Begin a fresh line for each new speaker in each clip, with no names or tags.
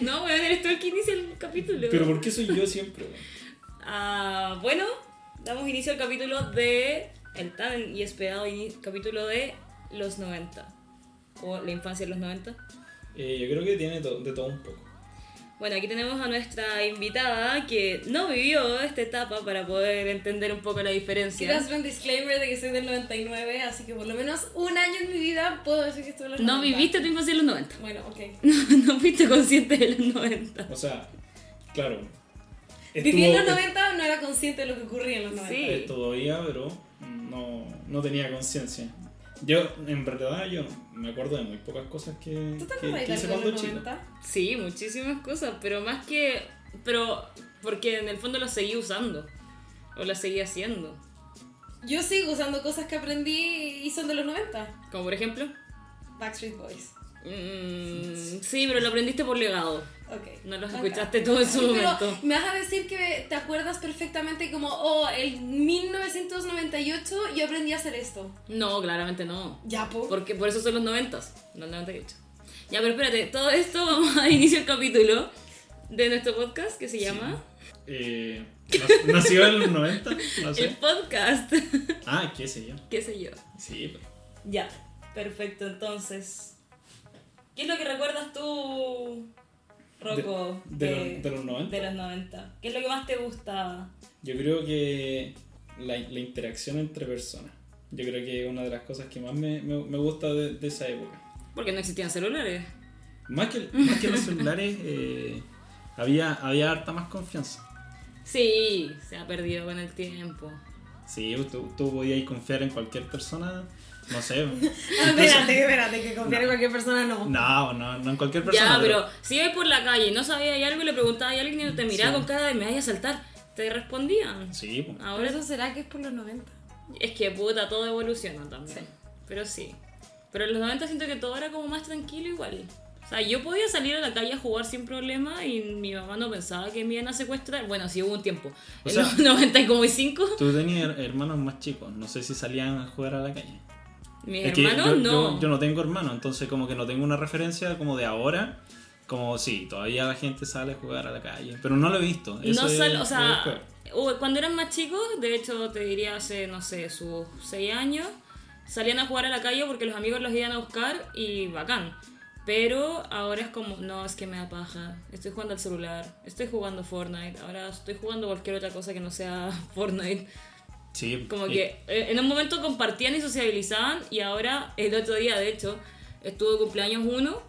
No, weón, eres tú el que inicia el capítulo.
Pero ¿por qué soy yo siempre? weón?
Ah, bueno, damos inicio al capítulo de. El tan y esperado ini- capítulo de los 90. O la infancia de los 90.
Eh, yo creo que tiene to- de todo un poco.
Bueno, aquí tenemos a nuestra invitada que no vivió esta etapa para poder entender un poco la
Quiero
diferencia.
hacer un disclaimer de que soy del 99, así que por lo menos un año en mi vida puedo decir que estuve en los
No
90.
viviste tu infancia de los 90.
Bueno, ok.
No fuiste consciente de los 90.
O sea, claro.
Viví en los
estuvo-
90, no era consciente de lo que ocurría en los 90.
Sí.
Eh, todavía, pero no, no tenía conciencia. Yo, en verdad, yo me acuerdo de muy pocas cosas que,
¿Tú te
que,
acuerdas
que
de algo
hice
de
cuando
los
chico.
90?
Sí, muchísimas cosas, pero más que. Pero. Porque en el fondo lo seguí usando. O la seguí haciendo.
Yo sigo usando cosas que aprendí y son de los 90.
Como por ejemplo.
Backstreet Boys.
mm, sí, pero lo aprendiste por legado.
Ok.
No los
Acá.
escuchaste todo en su
Sí, pero
momento.
me vas a decir que te acuerdas perfectamente como, oh, en 1998 yo aprendí a hacer esto.
No, claramente no.
Ya, po.
Porque por eso son los 90, no el 98. Ya, pero espérate, todo esto vamos a iniciar el capítulo de nuestro podcast que se llama
Eh, nac- ¿Nació en los 90? No
El
sé.
Podcast.
Ah, qué sé yo.
¿Qué sé yo?
Sí, pero-
Ya, perfecto, entonces. ¿Qué es lo que recuerdas tú, Rocco?
De- de los- de los 90?
De los 90. ¿Qué es lo que más te gustaba?
Yo creo que la, la interacción entre personas. Yo creo que es una de las cosas que más me, me- me gusta de, de esa época.
Porque no existían celulares.
Más que, más que los celulares, eh, había, había harta más confianza.
Sí, se ha perdido con el tiempo.
Sí, tú, tú podías confiar en cualquier persona, no sé.
Ah, espérate, espérate, que confiar en cualquier persona no.
No, no, no en cualquier persona.
Ya, pero si ibas por la calle y no sabías algo y le preguntabas a alguien y te miraba
Sí.
con cara de me vaya a saltar, te respondían.
Sí, po.
Ahora
Ahora
eso será que es por los 90.
es que puta, todo evoluciona también. Pero sí. Pero en los 90 siento que todo era como más tranquilo igual. O sea, yo podía salir a la calle a jugar sin problema y mi mamá no pensaba que me iban a secuestrar. Bueno, sí hubo un tiempo.
O
en
sea-
los 90 y como 5,
tú tenías her- hermanos más chicos, no sé si salían a jugar a la calle.
mis
Es que
hermanos
yo,
no.
Yo, yo no tengo hermanos, entonces como que no tengo una referencia como de ahora. Como sí, todavía la gente sale a jugar a la calle, pero no lo he visto. eso
No
es-
sal- o
es
sea,
juego.
o cuando eran más chicos, de hecho te diría hace, no sé, sus 6 años, salían a jugar a la calle porque los amigos los iban a buscar y bacán. Pero ahora es como, no, es que me da paja, estoy jugando al celular, estoy jugando Fortnite, ahora estoy jugando cualquier otra cosa que no sea Fortnite.
sí,
Como
y-
que eh, en un momento compartían y sociabilizaban y ahora el otro día, de hecho, estuvo de cumpleaños uno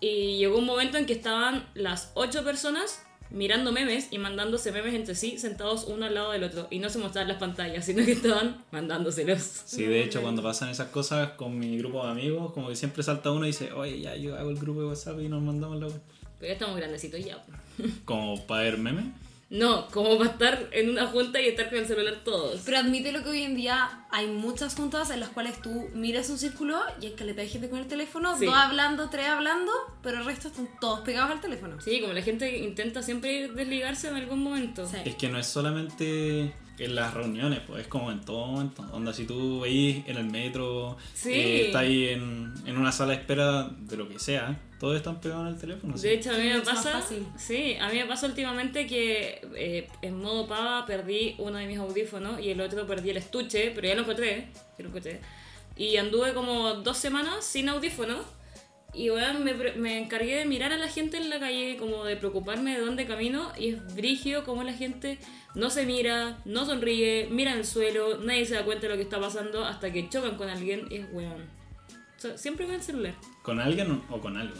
y llegó un momento en que estaban las ocho personas mirando memes y mandándose memes entre sí sentados uno al lado del otro y no se mostraban las pantallas, sino que estaban mandándoselos.
Sí, de hecho, cuando pasan esas cosas con mi grupo de amigos, como que siempre salta uno y dice, oye, ya yo hago el grupo de WhatsApp y nos mandamos la web".
Pero ya estamos grandecitos ya. po.
Como para ver meme.
Eh. No, como para estar en una junta y estar con el celular todos.
Pero admítelo que hoy en día hay muchas juntas en las cuales tú miras un círculo y hay caleta de gente con el teléfono,
Sí.
dos hablando, tres hablando, pero el resto están todos pegados al teléfono.
Sí, como la gente intenta siempre desligarse en algún momento.
Sí.
Es que no es solamente en las reuniones, pues es como en todo momento. Onda, si tú veis en el metro,
Sí.
eh, estás ahí en, en una sala de espera de lo que sea, todos están pegados en el teléfono. sí.
De hecho, a mí
Sí,
me
mucho más
pasa.
fácil.
Sí, a mí me pasa últimamente que eh, en modo pava perdí uno de mis audífonos y el otro perdí el estuche, pero ya lo encontré. ya lo encontré. Y anduve como dos semanas sin audífonos. Y weón, me, pre- me encargué de mirar a la gente en la calle, como de preocuparme de dónde camino. Y es brígido como la gente no se mira, no sonríe, mira el suelo, nadie se da cuenta de lo que está pasando hasta que chocan con alguien. Y es weón. O sea, siempre con el celular.
Con alguien o con algo.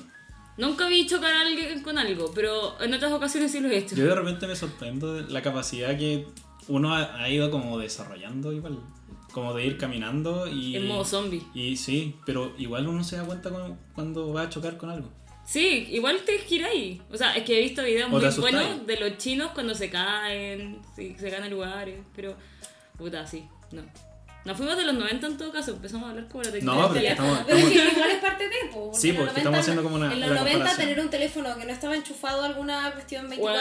Nunca vi chocar a alguien con algo, pero en otras ocasiones sí lo he hecho.
Yo de repente me sorprendo de la capacidad que uno ha, ha ido como desarrollando igual. Como de ir caminando y...
En modo zombie.
Y sí, pero igual uno se da cuenta cu- cuando va a chocar con algo.
Sí, igual te giráis. O sea, es que he visto videos
O
muy
te asustáis.
buenos de los chinos cuando se caen, sí, se caen a lugares, pero puta, sí, no. Nos fuimos de los 90 en todo caso, empezamos a hablar como la
No, pero
tecnología.
que estamos,
Pero es
estamos-
que igual es parte de, po, porque
Sí,
en los
porque estamos haciendo como una-
En los
una
90
comparación.
tener un teléfono que no estaba enchufado a alguna cuestión 24-7.
Guau.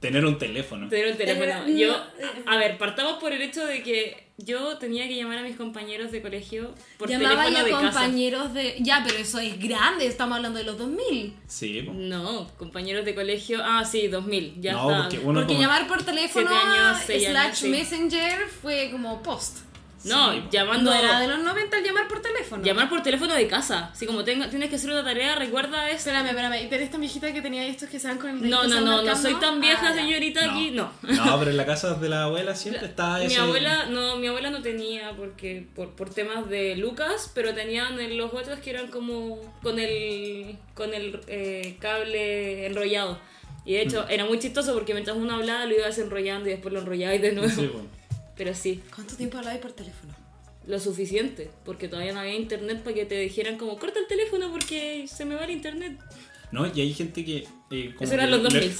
tener un teléfono.
Pero el teléfono.
Pero-
Yo,
eh,
a ver, partamos por el hecho de que yo tenía que llamar a mis compañeros de colegio por
Llamaba
teléfono
ya
de casa.
compañeros de. Ya, pero eso es grande, estamos hablando de los 2000.
Sí, po.
No, compañeros de colegio. Ah, sí, 2000, ya
No,
está.
porque uno-
Porque
como-
llamar por teléfono
Siete años, seis
slash
años, sí.
messenger fue como post.
No,
Sí,
llamando.
No era de los 90 el llamar por teléfono.
Llamar por teléfono de casa. Si como tenga- tienes que hacer una tarea, recuerda eso.
Espérame, espérame. ¿Y tenés esta viejita que tenía estos que se dan con el
No, no,
dedito, se
no,
van
no soy
marcando?
tan vieja
Ah, ya.
señorita aquí, no.
No, pero en la casa de la abuela siempre está
Mi
ese...
abuela, no, mi abuela no tenía porque por, por temas de Lucas, pero tenían el- los otros que eran como con el, con el eh, cable enrollado. Y de
Mm.
hecho era muy chistoso porque mientras uno hablaba lo iba desenrollando y después lo enrollaba y de nuevo.
Sí, po.
Pero sí,
¿Cuánto tiempo hablabas por teléfono?
lo suficiente, porque todavía no había internet para que te dijeran como corta el teléfono porque se me va el internet.
No, y hay gente que... eh, como
Eso eran
que
los
le-
2000.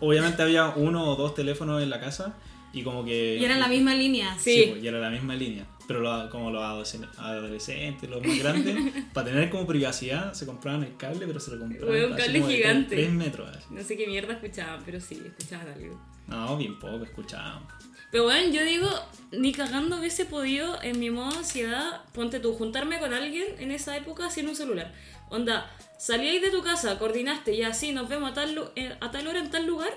Obviamente había uno o dos teléfonos en la casa y como que...
Y era la misma línea.
Sí.
Sí, pues, y era la misma línea. Pero lo- como los adolesc- adolescentes, los más grandes, para tener como privacidad, se compraban el cable, pero se lo compraban.
Weón,
así
cable
como de
gigante.
3 metros. así.
No sé qué mierda escuchaban, pero sí, escuchaban algo.
No, bien poco escuchaban.
Pero bueno, yo digo, ni cagando hubiese podido en mi modo de ansiedad, ponte tú, juntarme con alguien en esa época sin un celular. Onda, salíais de tu casa, coordinaste y así, nos vemos a tal, lu- eh, a tal hora en tal lugar.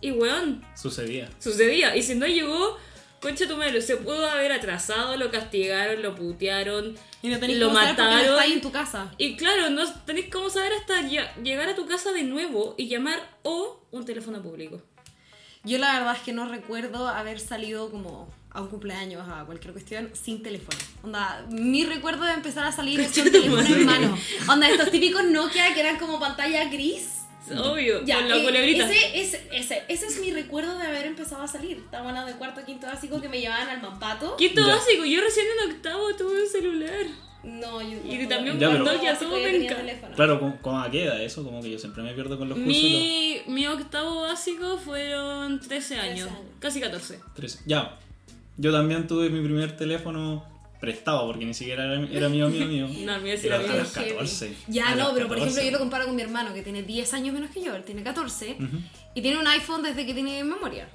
Y weón,
Sucedía.
sucedía. Y si no llegó, concha tu madre, se pudo haber atrasado, lo castigaron, lo putearon,
Y no tenés
lo
que usar porque no
mataron.
está ahí en tu casa.
Y claro, no tenéis cómo saber hasta ya- llegar a tu casa de nuevo y llamar o un teléfono público.
Yo la verdad es que no recuerdo haber salido como a un cumpleaños, a cualquier cuestión, sin teléfono. Onda, mi recuerdo de empezar a salir es con teléfono en mano.
Onda, estos típicos Nokia que eran como pantalla gris.
Es Obvio,
Ya,
con la
eh,
culebrita.
Ese, ese, ese, ese es mi recuerdo de haber empezado a salir. Estaba hablando de cuarto, quinto básico que me llevaban al mampato.
Quinto
Ya.
básico, yo recién en octavo tuve un celular.
No, yo
Y también
Ya,
cuando
pero-
ya
Básico,
tuvo
yo tenía
penca.
teléfono.
Claro, con, con a qué edad eso, como que yo siempre me pierdo con los cursos. y los-
Mi, mi octavo básico fueron 13 años,
años.
casi 14.
tres- Ya, yo también tuve mi primer teléfono prestado, porque ni siquiera era, era mío, mío, mío.
No, el mío sí
Era
era
a
mío.
los 14.
Ya
a
no,
los
pero por ejemplo
14.
yo lo comparo con mi hermano que tiene 10 años menos que yo, él tiene 14
Ujú.
y tiene un iPhone desde que tiene memoria.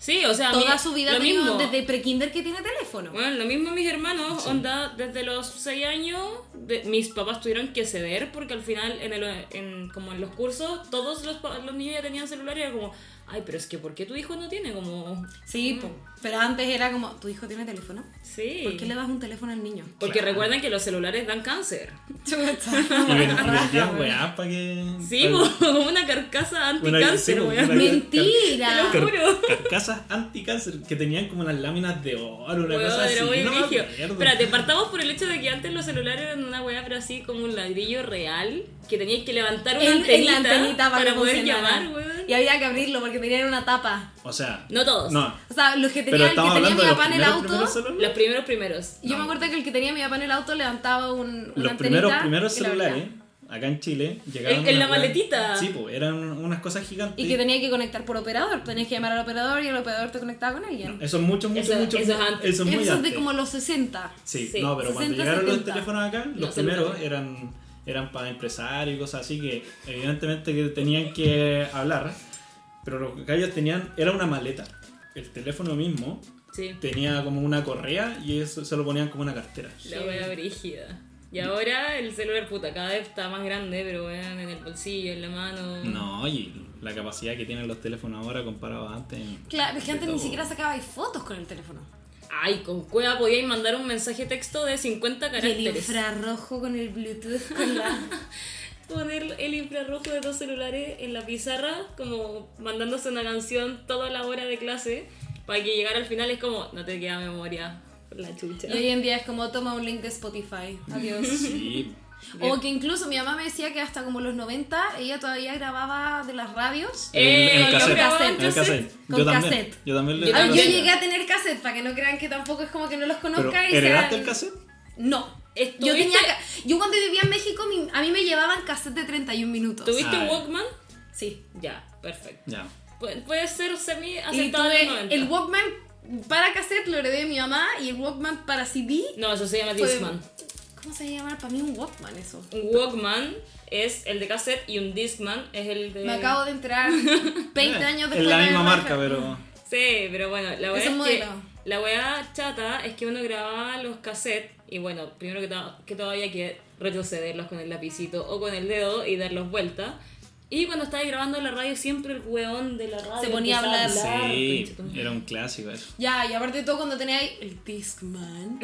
Sí, o sea,
Toda
mi-
su vida ha
lo
tenido
mismo.
desde prekinder que tiene teléfono.
Bueno, lo mismo mis hermanos, onda, desde los 6 años de- mis papás tuvieron que ceder porque al final, en el, en, como en los cursos, todos los, pa- los niños ya tenían celular y era como, ay, pero es que ¿por qué tu hijo no tiene? Como,
Sí, po. pero antes era como, ¿tu hijo tiene teléfono?
Mm. sí.
¿Por qué le das un teléfono al niño?
Porque recuerden que los celulares dan cáncer.
Y ven- y vendían weá para que.
Sí,
pa-
como una carcasa
Una- sí,
anti-cáncer,
una-
weón.
una-
Mentira.
Te lo juro.
carcasas anticáncer que tenían como unas láminas de oro, una
Weón,
cosa así.
era muy
no me
brígido.
acuerdo.
Espérate, partamos por el hecho de que antes los celulares eran una weá, pero así como un ladrillo real, que tenías que levantar una
En- en
antenita,
la antenita para,
para
que
poder
funcionara.
llamar, weón.
Y había que abrirlo porque tenían una tapa.
O sea,
No todos.
No,
O sea, los que
pero
tenían, el que
estamos
tenía
hablando
mi
de los
papá en el
primeros,
auto.
primeros celulares.
Los primeros primeros.
Yo me acuerdo que el que tenía mi papá en el auto levantaba un. una
Los
antenita
primeros,
y
primeros
la abría.
celulares acá en Chile llegaban.
En- en la
unas weas-
maletita.
Sí, pues eran unas cosas gigantes.
Y que tenía que conectar por operador. Tenías que llamar al operador y el operador te conectaba con alguien.
Eso es mucho, mucho,
Eso-
mucho.
eso es
mucho-
antes.
Eso es muy
Eso es de
antes.
como los 60.
Sí,
Sí.
no, pero cuando
60,
llegaron
70.
los teléfonos acá, los
Los
primeros
celulares.
eran, eran para empresarios y cosas así que evidentemente que tenían que hablar, pero lo que ellos tenían era una maleta. El teléfono mismo
Sí.
tenía como una correa y eso se lo ponían como una cartera.
La weá brígida. Y ahora el celular, puta, cada vez está más grande, pero weón, en el bolsillo, en la mano.
No, y la capacidad que tienen los teléfonos ahora comparado a antes.
Claro, es que antes ni
todo.
siquiera sacabais fotos con el teléfono.
Ay, con cueva podíais mandar un mensaje texto de 50
Y el
caracteres.
infrarrojo con el Bluetooth. Con la...
poner el infrarrojo de dos celulares en la pizarra, como mandándose una canción toda la hora de clase, para que llegar al final es como, no te queda memoria, por la chucha.
y hoy en día es como toma un link de Spotify. Adiós.
Sí,
O que incluso mi mamá me decía que hasta como los 90 ella todavía grababa de las radios.
Eh,
en
yo
el cassette.
grababa
en el
en cassette.
cassette.
Con
Yo también.
cassette.
Yo también
Yo
le
Ah,
Ah, yo
sí.
llegué a tener cassette, para que no crean que tampoco es como que no los
pero,
conozca y
¿Heredaste
sean-
el cassette?
No.
¿Estuviste-
Yo, tenía ca- yo cuando vivía en México, mi- a mí me llevaban cassette de 31 minutos.
¿Tuviste
Ah,
un
ya.
Walkman?
Sí.
Ya, perfecto.
Ya.
Pu- puede ser semi
Y
aceptado en los
tuve
90.
el Walkman
para cassette lo heredé de mi mamá y el Walkman para CD.
No, eso se llama
fue-
Discman.
¿Cómo se llama? Para mí un Walkman eso.
Un Walkman es el de cassette y un Discman es el de.
Me acabo de enterar 20 años después.
Eh, Es la
de
misma
haber
marca,
bajado.
pero.
Sí, pero bueno, la weá
Es
es,
un
que,
modelo.
la weá chata es que uno grababa los cassettes y bueno, primero que, to- que todavía hay que retrocederlos con el lapicito o con el dedo y darlos vuelta. Y cuando estaba grabando en la radio siempre el weón de la radio
Se ponía a
empezaba
hablar.
Sí,
conchetumare.
era un clásico eso.
Ya, y aparte de todo, cuando teníais el Discman,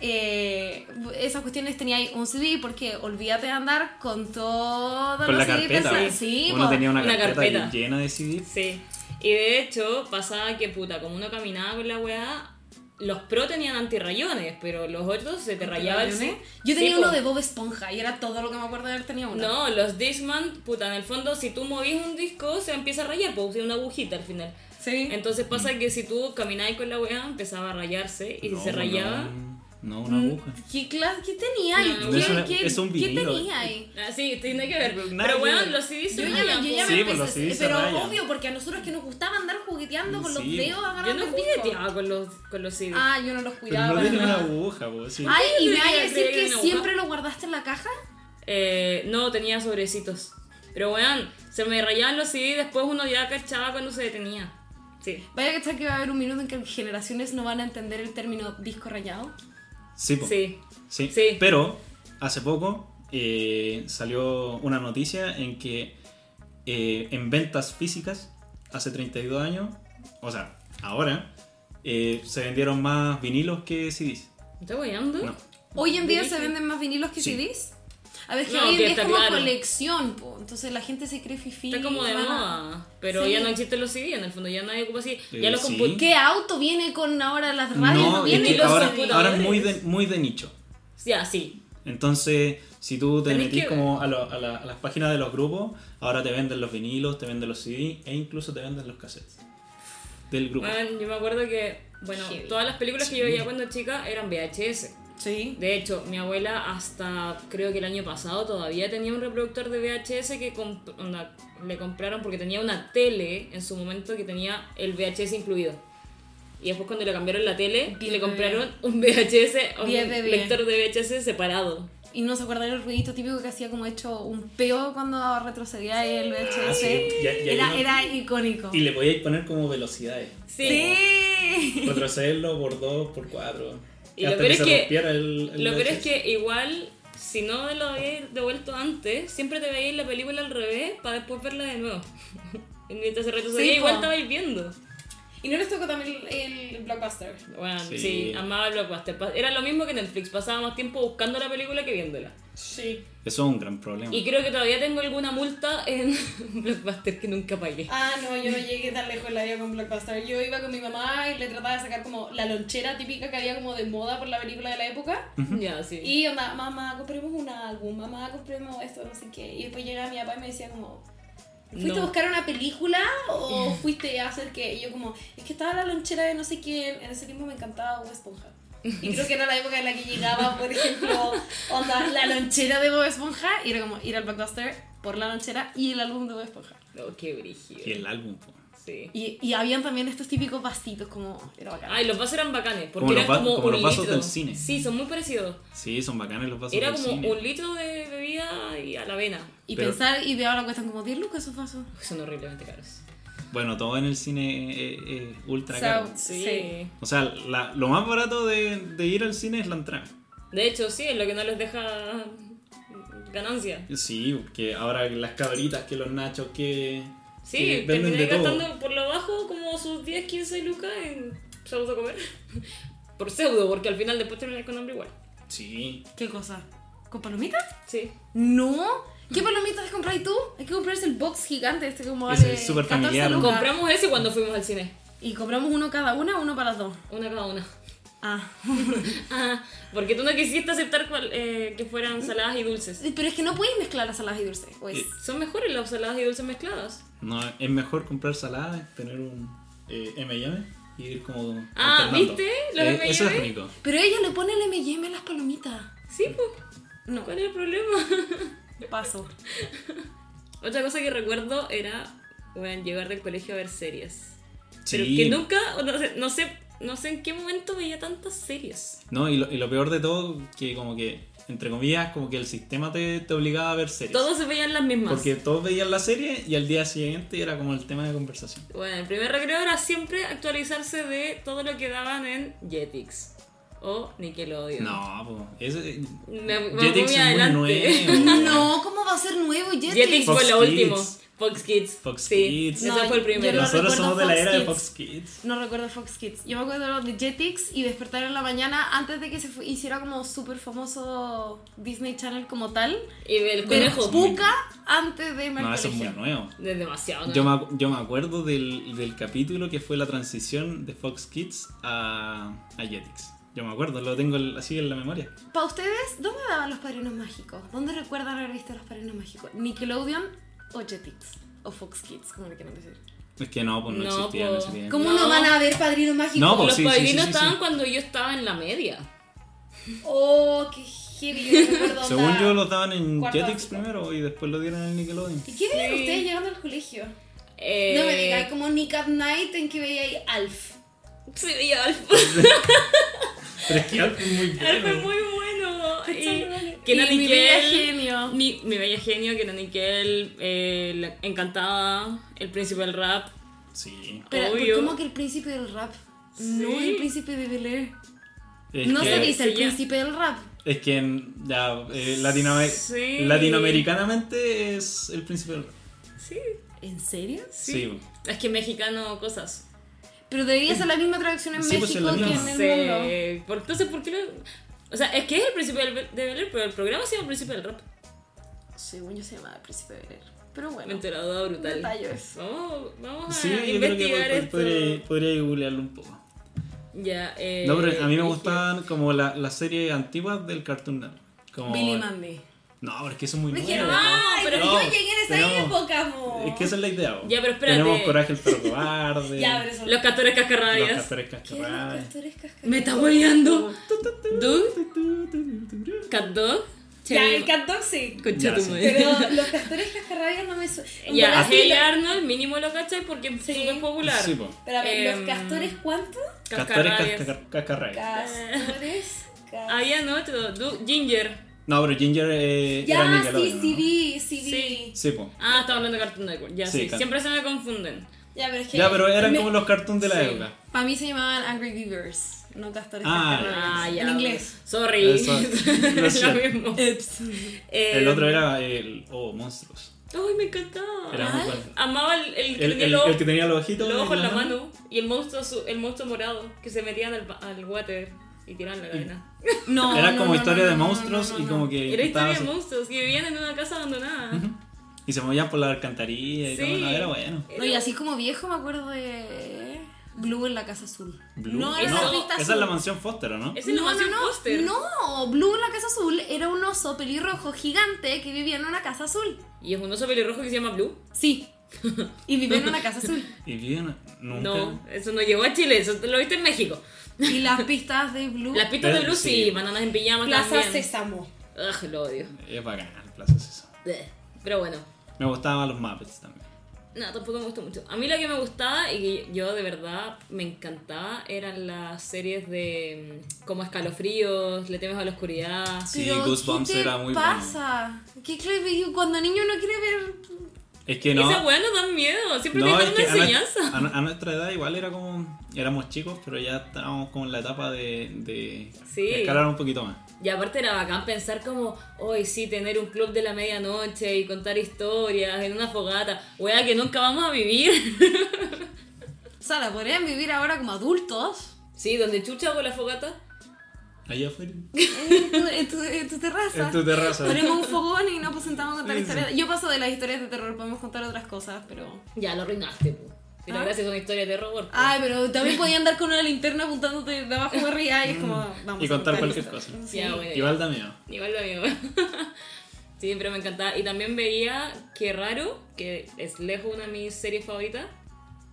eh, esas cuestiones teníais un CD, porque olvídate de andar con todo
Con la carpeta. pues.
Sí, pues.
Uno
po.
tenía una,
Una
carpeta,
carpeta.
llena de CD.
Sí. Y de hecho, pasaba que puta, como uno caminaba con la weá, los pro tenían antirrayones, pero los otros se te rayaba el sí.
Yo tenía
Sí,
uno
po.
de Bob Esponja y era todo lo que me acuerdo de haber tenido uno.
No, los Discman, puta, en el fondo, si tú movís un disco, se empieza a rayar, pues tiene una agujita al final.
Sí. Mm.
Entonces pasa que si tú caminabas con la weá, empezaba a rayarse y si
No,
se rayaba.
No, no,
Mm,
una aguja.
¿Qué, clas- ¿Qué tenía ahí?
No,
¿Qué,
es una-
qué-
es un
qué
vinilo.
tenía ahí?
Ah, sí, tiene que ver.
Nada
Pero
que
weón,
ver.
los CDs se
Yo ya,
rayan,
me- yo ya
po.
Sí,
me
pues los
empecé,
CDs se
pero
rayan.
obvio, porque a nosotros que nos gustaba andar jugueteando con los
Sí.
dedos
Yo
agarrando
no
el
jugueteaba con los, con los CDs.
Ah, yo no los
Pero
cuidaba.
no tiene
para
una
nada.
aguja, pues. Sí.
Ay, y me
Yo
vas a
creía
decir
que
que
era una
siempre lo guardaste en la caja.
Eh, no, tenía sobrecitos. Pero weón, se me rayaban los CDs y después uno ya cachaba cuando se detenía. Sí.
Vaya que que va a haber un minuto en que generaciones no van a entender el término disco rayado.
Sí, po.
Sí.
Sí.
Sí.
Pero hace poco eh, salió una noticia en que eh, en ventas físicas, hace 32 años, o sea, ahora, eh, se vendieron más vinilos que CDs.
¿Me estás weyando?
No.
Hoy en día se
Dije-
venden más vinilos que
Sí.
CDs. A ver, que
No,
hoy en
que
día es
está
como
claro.
colección, po. entonces la gente se cree fifi.
Está como de
rara.
moda. Pero
Sí.
ya no existen los CDs en el fondo, ya nadie ocupa así. ya
Eh,
los
sí.
comput-
¿Qué auto viene con ahora las radios? No,
es
viene
que
los
ahora,
computadores.
ahora es muy de, muy de nicho.
Ya, sí.
Entonces, si tú te
Tenés
metís
que-
como a, lo- a la- a las páginas de los grupos, ahora te venden los vinilos, te venden los CD e incluso te venden los cassettes del grupo.
Weón, yo me acuerdo que, bueno,
Heavy.
todas las películas que yo veía cuando chica eran VHS.
Sí.
De hecho, mi abuela hasta creo que el año pasado todavía tenía un reproductor de VHS que comp- onda, le compraron porque tenía una tele en su momento que tenía el VHS incluido. Y después cuando le cambiaron la tele,
Bien,
le
bebé.
compraron un VHS, o un
Bien, bebé.
lector de VHS separado.
Y no se acuerdan el ruidito típico que hacía como hecho un peo cuando retrocedía el VHS.
Ah, sí. Ya- ya
era,
yo no-
era icónico.
Y le podíais poner como velocidades.
Sí.
Sí.
Retrocederlo por 2, por 4.
Y lo peor es que-
el, el
Lo peor es
VHS.
que igual, si no lo habías devuelto antes, siempre te veías la película al revés para después verla de nuevo. Y Mientras se retrocedía,
Sí,
igual
po.
estabais viendo.
Y no les tocó también el, el blockbuster.
Bueno, sí.
Sí.
amaba el blockbuster. Pa- Era lo mismo que Netflix, pasaba más tiempo buscando la película que viéndola.
Sí.
Eso es un gran problema.
Y creo que todavía tengo alguna multa en blockbuster que nunca pagué.
Ah, no, yo no llegué tan lejos en la vida con Blockbuster. Yo iba con mi mamá y le trataba de sacar como la lonchera típica que había como de moda por la película de la época.
Ya, sí.
Y onda, mamá, compremos un álbum, mamá, compremos esto, no sé qué. Y después llegaba mi papá y me decía como, ¿fuiste
No.
a buscar una película o fuiste a hacer qué? Y yo como, es que estaba la lonchera de no sé quién, en ese tiempo me encantaba Bob Esponja. Y creo que era la época en la que llegaba, por ejemplo, onda, la
La lonchera de Bob Esponja y era como ir al blockbuster por la lonchera y el álbum de Bob Esponja.
Oh, qué brígido.
Y el álbum. po.
Sí.
Y, y habían también estos típicos vasitos como... Era bacán.
Ay, los vasos eran bacanes, porque
Como los
eran
va-
como,
como
un
los vasos
litro.
del cine.
Sí, son muy parecidos.
Sí, son bacanes los vasos
Era
del
como
cine.
un litro de bebida y a la avena.
y
pero-
pensar y de ahora cuestan como 10 lucas esos vasos.
Son horriblemente caros.
Bueno, todo en el cine es ultra
So-
caro.
Sí.
O sea, la- lo más barato de, de ir al cine es la entrada.
De hecho, sí, es lo que no les deja ganancia.
Sí, porque ahora las cabritas, que los nachos, que...
Sí,
que venden
terminé
de todo.
gastando por lo bajo como sus 10, 15 lucas en pseudo comer. por pseudo, porque al final después terminé con hambre igual.
Sí.
¿Qué cosa? ¿Con palomitas?
Sí.
No. ¿Qué palomitas compráis tú? Hay que comprarse el box gigante este como
Mm. Ese
vale
es súper
14
familiar, ¿no?
lucas.
Compramos ese cuando fuimos al cine.
Y compramos uno cada una, uno para las dos.
Una cada una.
Ah.
Ah, porque tú no quisiste aceptar cual- eh, que fueran saladas y dulces.
Pero es que no podéis mezclar las saladas y dulces. Pues.
Eh,
Son mejores las saladas y dulces mezcladas.
No, es mejor comprar salada, tener un eh, M&M y ir como
Ah,
alternando.
¿viste? Los
Eh, Eso es
M&M.
rico.
Pero ella le pone el M&M a las palomitas.
Sí, pues.
No,
¿Cuál es el problema?
paso.
Otra cosa que recuerdo era, bueno, llegar del colegio a ver series. Pero
Sí.
que nunca, o no sé, no sé, no sé en qué momento veía tantas series.
No, y lo, y lo peor de todo, que como que, entre comillas, como que el sistema te, te obligaba a ver series.
Todos se veían las mismas.
Porque todos veían la serie y al día siguiente era como el tema de conversación.
Bueno, el primer recreo era siempre actualizarse de todo lo que daban en Jetix o Nickelodeon.
No, pues. ese-
Me- me voy
Jetix es
adelante.
muy nuevo.
Ah, No, ¿cómo va a ser nuevo Jetix?
Jetix
Fox
fue lo
Kids.
último. Fox Kids.
Fox
sí,
Kids.
Ese
No,
fue el
yo
primero.
lo-
Nosotros
recuerdo
somos de
Fox
la era de
Kids.
Fox Kids.
No recuerdo Fox Kids. Yo me acuerdo de los de Jetix y despertar en la mañana antes de que se fu- hiciera como súper famoso Disney Channel como tal.
Y el
Ver
conejo.
Puka antes de irme al
No, eso es muy
colegio.
nuevo.
Es demasiado. ¿no?
Yo me, acu- yo me acuerdo del, del capítulo que fue la transición de Fox Kids a, a Jetix. Yo me acuerdo, lo tengo el- así en la memoria.
Para ustedes, ¿dónde daban los padrinos mágicos? ¿Dónde recuerdan haber visto los padrinos mágicos? ¿Nickelodeon o Jetix? O Fox Kids, como le quieran decir.
Es que no, pues no,
No,
existía en
pues.
ese tiempo.
¿Cómo no,
No.
van a ver padrinos mágicos?
No, pues
Los
sí, sí, sí,
padrinos
sí, sí.
estaban cuando yo estaba en la media.
Oh, qué heavy, yo no recuerdo
Según
onda.
yo los daban en
Cuarto
Jetix
básico.
primero y después lo dieron en Nickelodeon.
¿Y qué veían
Sí.
ustedes llegando al colegio?
Eh,
No me digas, como Nick at Night en que veía ahí Alf.
Sí, veía Alf.
Pero es que Alf es muy
Alf es
bueno.
muy bueno. Y, que
Y
era
mi bella
Nickel.
genio.
Mi, mi bella genio, que era Nickel. eh, la- encantada. El príncipe del rap.
Sí.
Pero,
Obvio.
¿cómo que el príncipe del rap? No,
Sí.
el príncipe de Bel Air.
Es
No
que,
se dice el
sí, ya.
príncipe del rap.
Es que en- ya, eh, latinoame-
Sí.
latinoamericanamente es el príncipe del rap.
Sí.
¿En serio?
Sí.
Es que mexicano cosas.
Pero debería ser la misma traducción en
Sí, pues, es
México
la
que
misma.
en el mundo.
Sí. Por- entonces, ¿por qué lo.? O sea, es que es el príncipe del- de Bel Air, pero el programa se llama Príncipe del Rap.
Según yo se llamaba el príncipe de Bel Air. Pero
Me he
bueno,
enterado brutal.
detalles.
Vamos, vamos a
Sí, yo creo que
investigar
pod-
esto.
podría, podría googlearlo un poco.
Ya, eh,
No, pero a mí
dije-
me gustaban como la- las series antiguas del Cartoon Network. Como...
Billy Mandy.
No, pero es que eso es muy
Me
nuevo.
dijeron, ay,
pero
no,
yo llegué en esa
tenemos-
época, mo.
Es que esa es la idea. po.
Ya, pero espérate.
Tenemos Coraje el Perro Cobarde.
Ya, pero eso.
Los castores
Los
cascarrabias.
Castores
¿Qué eran los
Cascarrabias.
castores cascabeles?
Me está hueleando. Doug, Cat Dog,
Ya,
Cherry-
el Cat Dog sí.
Concha
Ya,
tu
sí.
madre.
Pero los castores cascarrabias no me suenan.
Ya, Hey Arnold, mínimo lo cachai porque es
Sí.
súper popular.
Sí, po.
Pero a ver,
Em,
¿los castores cuánto?
Castores
Cascarrabias.
Cascar-
Ah,
Cascarrabias.
Castores cascarrabias.
Habían otro, Doug, Ginger.
No, pero Ginger eh, era
Ya, sí,
Nickelodeon.
sí
¿no?
vi, sí
Sí.
vi.
Sí, po.
Ah, estaba hablando de Cartoon Network. Ya,
Sí,
sí.
claro.
Siempre se me confunden.
Ya, pero es que.
Ya, pero eran
me-
como los cartoons de la
Sí.
época.
Para mí se llamaban Angry Beavers, no Castores
Ah,
Ah,
Cascarrabias.
ya.
En inglés.
Sorry.
Eso, lo
es lo
siento.
mismo. Eh,
El otro era el. Oh, monstruos.
Ay, me encantaba.
Era muy bueno.
Amaba el, el, que
El,
tenía
el-
los-
el que tenía los ojitos.
Los ojos en la mano y el monstruo, su- el monstruo morado que se metían al, ba- al water y tiraban la cadena.
No,
Era
no,
como
no,
historia
no,
de
no, no,
monstruos
no, no,
y
no.
como que.
Era
estaba
historia de
así.
monstruos que vivían en una casa abandonada.
Y se movían por la alcantarilla y
Sí.
todo. No, era bueno.
No, y así como viejo me acuerdo de Blue en la Casa Azul.
Blue.
No, era
Eso-
la pista azul.
esa es la mansión Foster, ¿o no?
Ese no,
no,
no,
no,
póster.
no, Blue en la Casa Azul era un oso pelirrojo gigante que vivía en una casa azul.
Y es un oso pelirrojo que se llama Blue.
Sí. Y vivía en una casa azul.
Y bien, nunca.
No, eso no llegó a Chile, eso lo viste en México.
Y las pistas de Blue.
Las pistas de
Eh,
Blue sí,
sí.
bananas en pijama
Plaza
también.
Sésamo.
Ugh, lo odio.
Es bacán el Plaza Sésamo.
Bleh. Pero bueno,
Me gustaban los Muppets también.
No, tampoco me gustó mucho. A mí la que me gustaba y que yo de verdad me encantaba eran las series de mm, como Escalofríos, Le temes a la oscuridad.
Sí,
Pero,
Goosebumps
¿qué te
era muy
pasa? ¿Qué creepy? Cuando niño no quiere ver.
Es que no.
Esa weá nos dan miedo, siempre
No,
te dan
es que
una
a, nuestra-
enseñanza.
a nu- a nuestra edad igual era como. Éramos chicos, pero ya estábamos como en la etapa de. de
Sí.
escalar un poquito más.
Y aparte era bacán pensar como, hoy sí, tener un club de la medianoche y contar historias en una fogata, weá que nunca vamos a vivir.
O sea, la podrían vivir ahora como adultos.
sí, donde chucha hago la fogata.
Allá afuera.
En tu, en tu- en tu terraza.
En tu terraza.
Ponemos un fogón y nos sentamos a contar
Sí, sí.
historias. Yo paso de las historias de terror, podemos contar otras cosas, pero.
Ya, lo arruinaste, po. Si la
Ah.
gracia son historias de terror. po.
Ay, pero también podía andar con una linterna apuntándote de abajo para arriba y es como. Vamos
Mm. Y
a
contar cualquier
historias.
cosa.
Sí.
Ya, bueno,
Igual da miedo.
Igual lo mismo. sí, pero me encantaba. Y también veía Qué Raro, que es lejos una de mis series favoritas.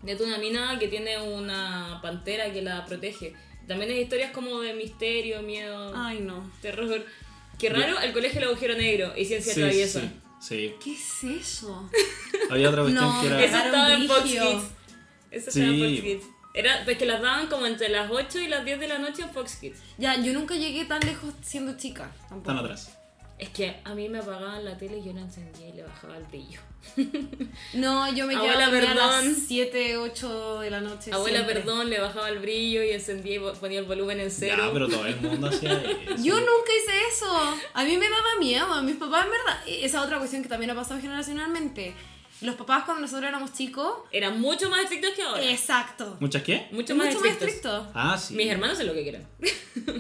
De una mina que tiene una pantera que la protege. También hay historias como de misterio, miedo,
Ay, no.
terror. Qué raro, el colegio del agujero negro y ciencia traviesa.
sí, sí.
¿Qué es eso?
Había otra cuestión
No,
que era.
Eso
Era un
estaba en Fox
brigio.
Kids. Eso
Sí.
era Fox Kids. Era, pues que las daban como entre las 8 y las 10 de la noche en Fox Kids.
Ya, yo nunca llegué tan lejos siendo chica. Tampoco.
Están atrás.
Es que a mí me apagaban la tele y yo la encendía y le bajaba el brillo.
No, yo me quedaba
Abuela,
dormida a las
perdón.
7, 8 de la noche.
Abuela,
siempre.
perdón, le bajaba el brillo y encendía y ponía el volumen en cero.
Ya, pero todo el mundo hacía eso.
Yo nunca hice eso. A mí me daba miedo. A mis papás, en verdad. e-, Esa otra cuestión que también ha pasado generacionalmente. Los papás, cuando nosotros éramos chicos.
Eran mucho más estrictos que ahora.
Exacto.
¿Muchas qué?
Mucho más estrictos.
estricto.
Ah, sí.
Mis hermanos hacen lo que quieran.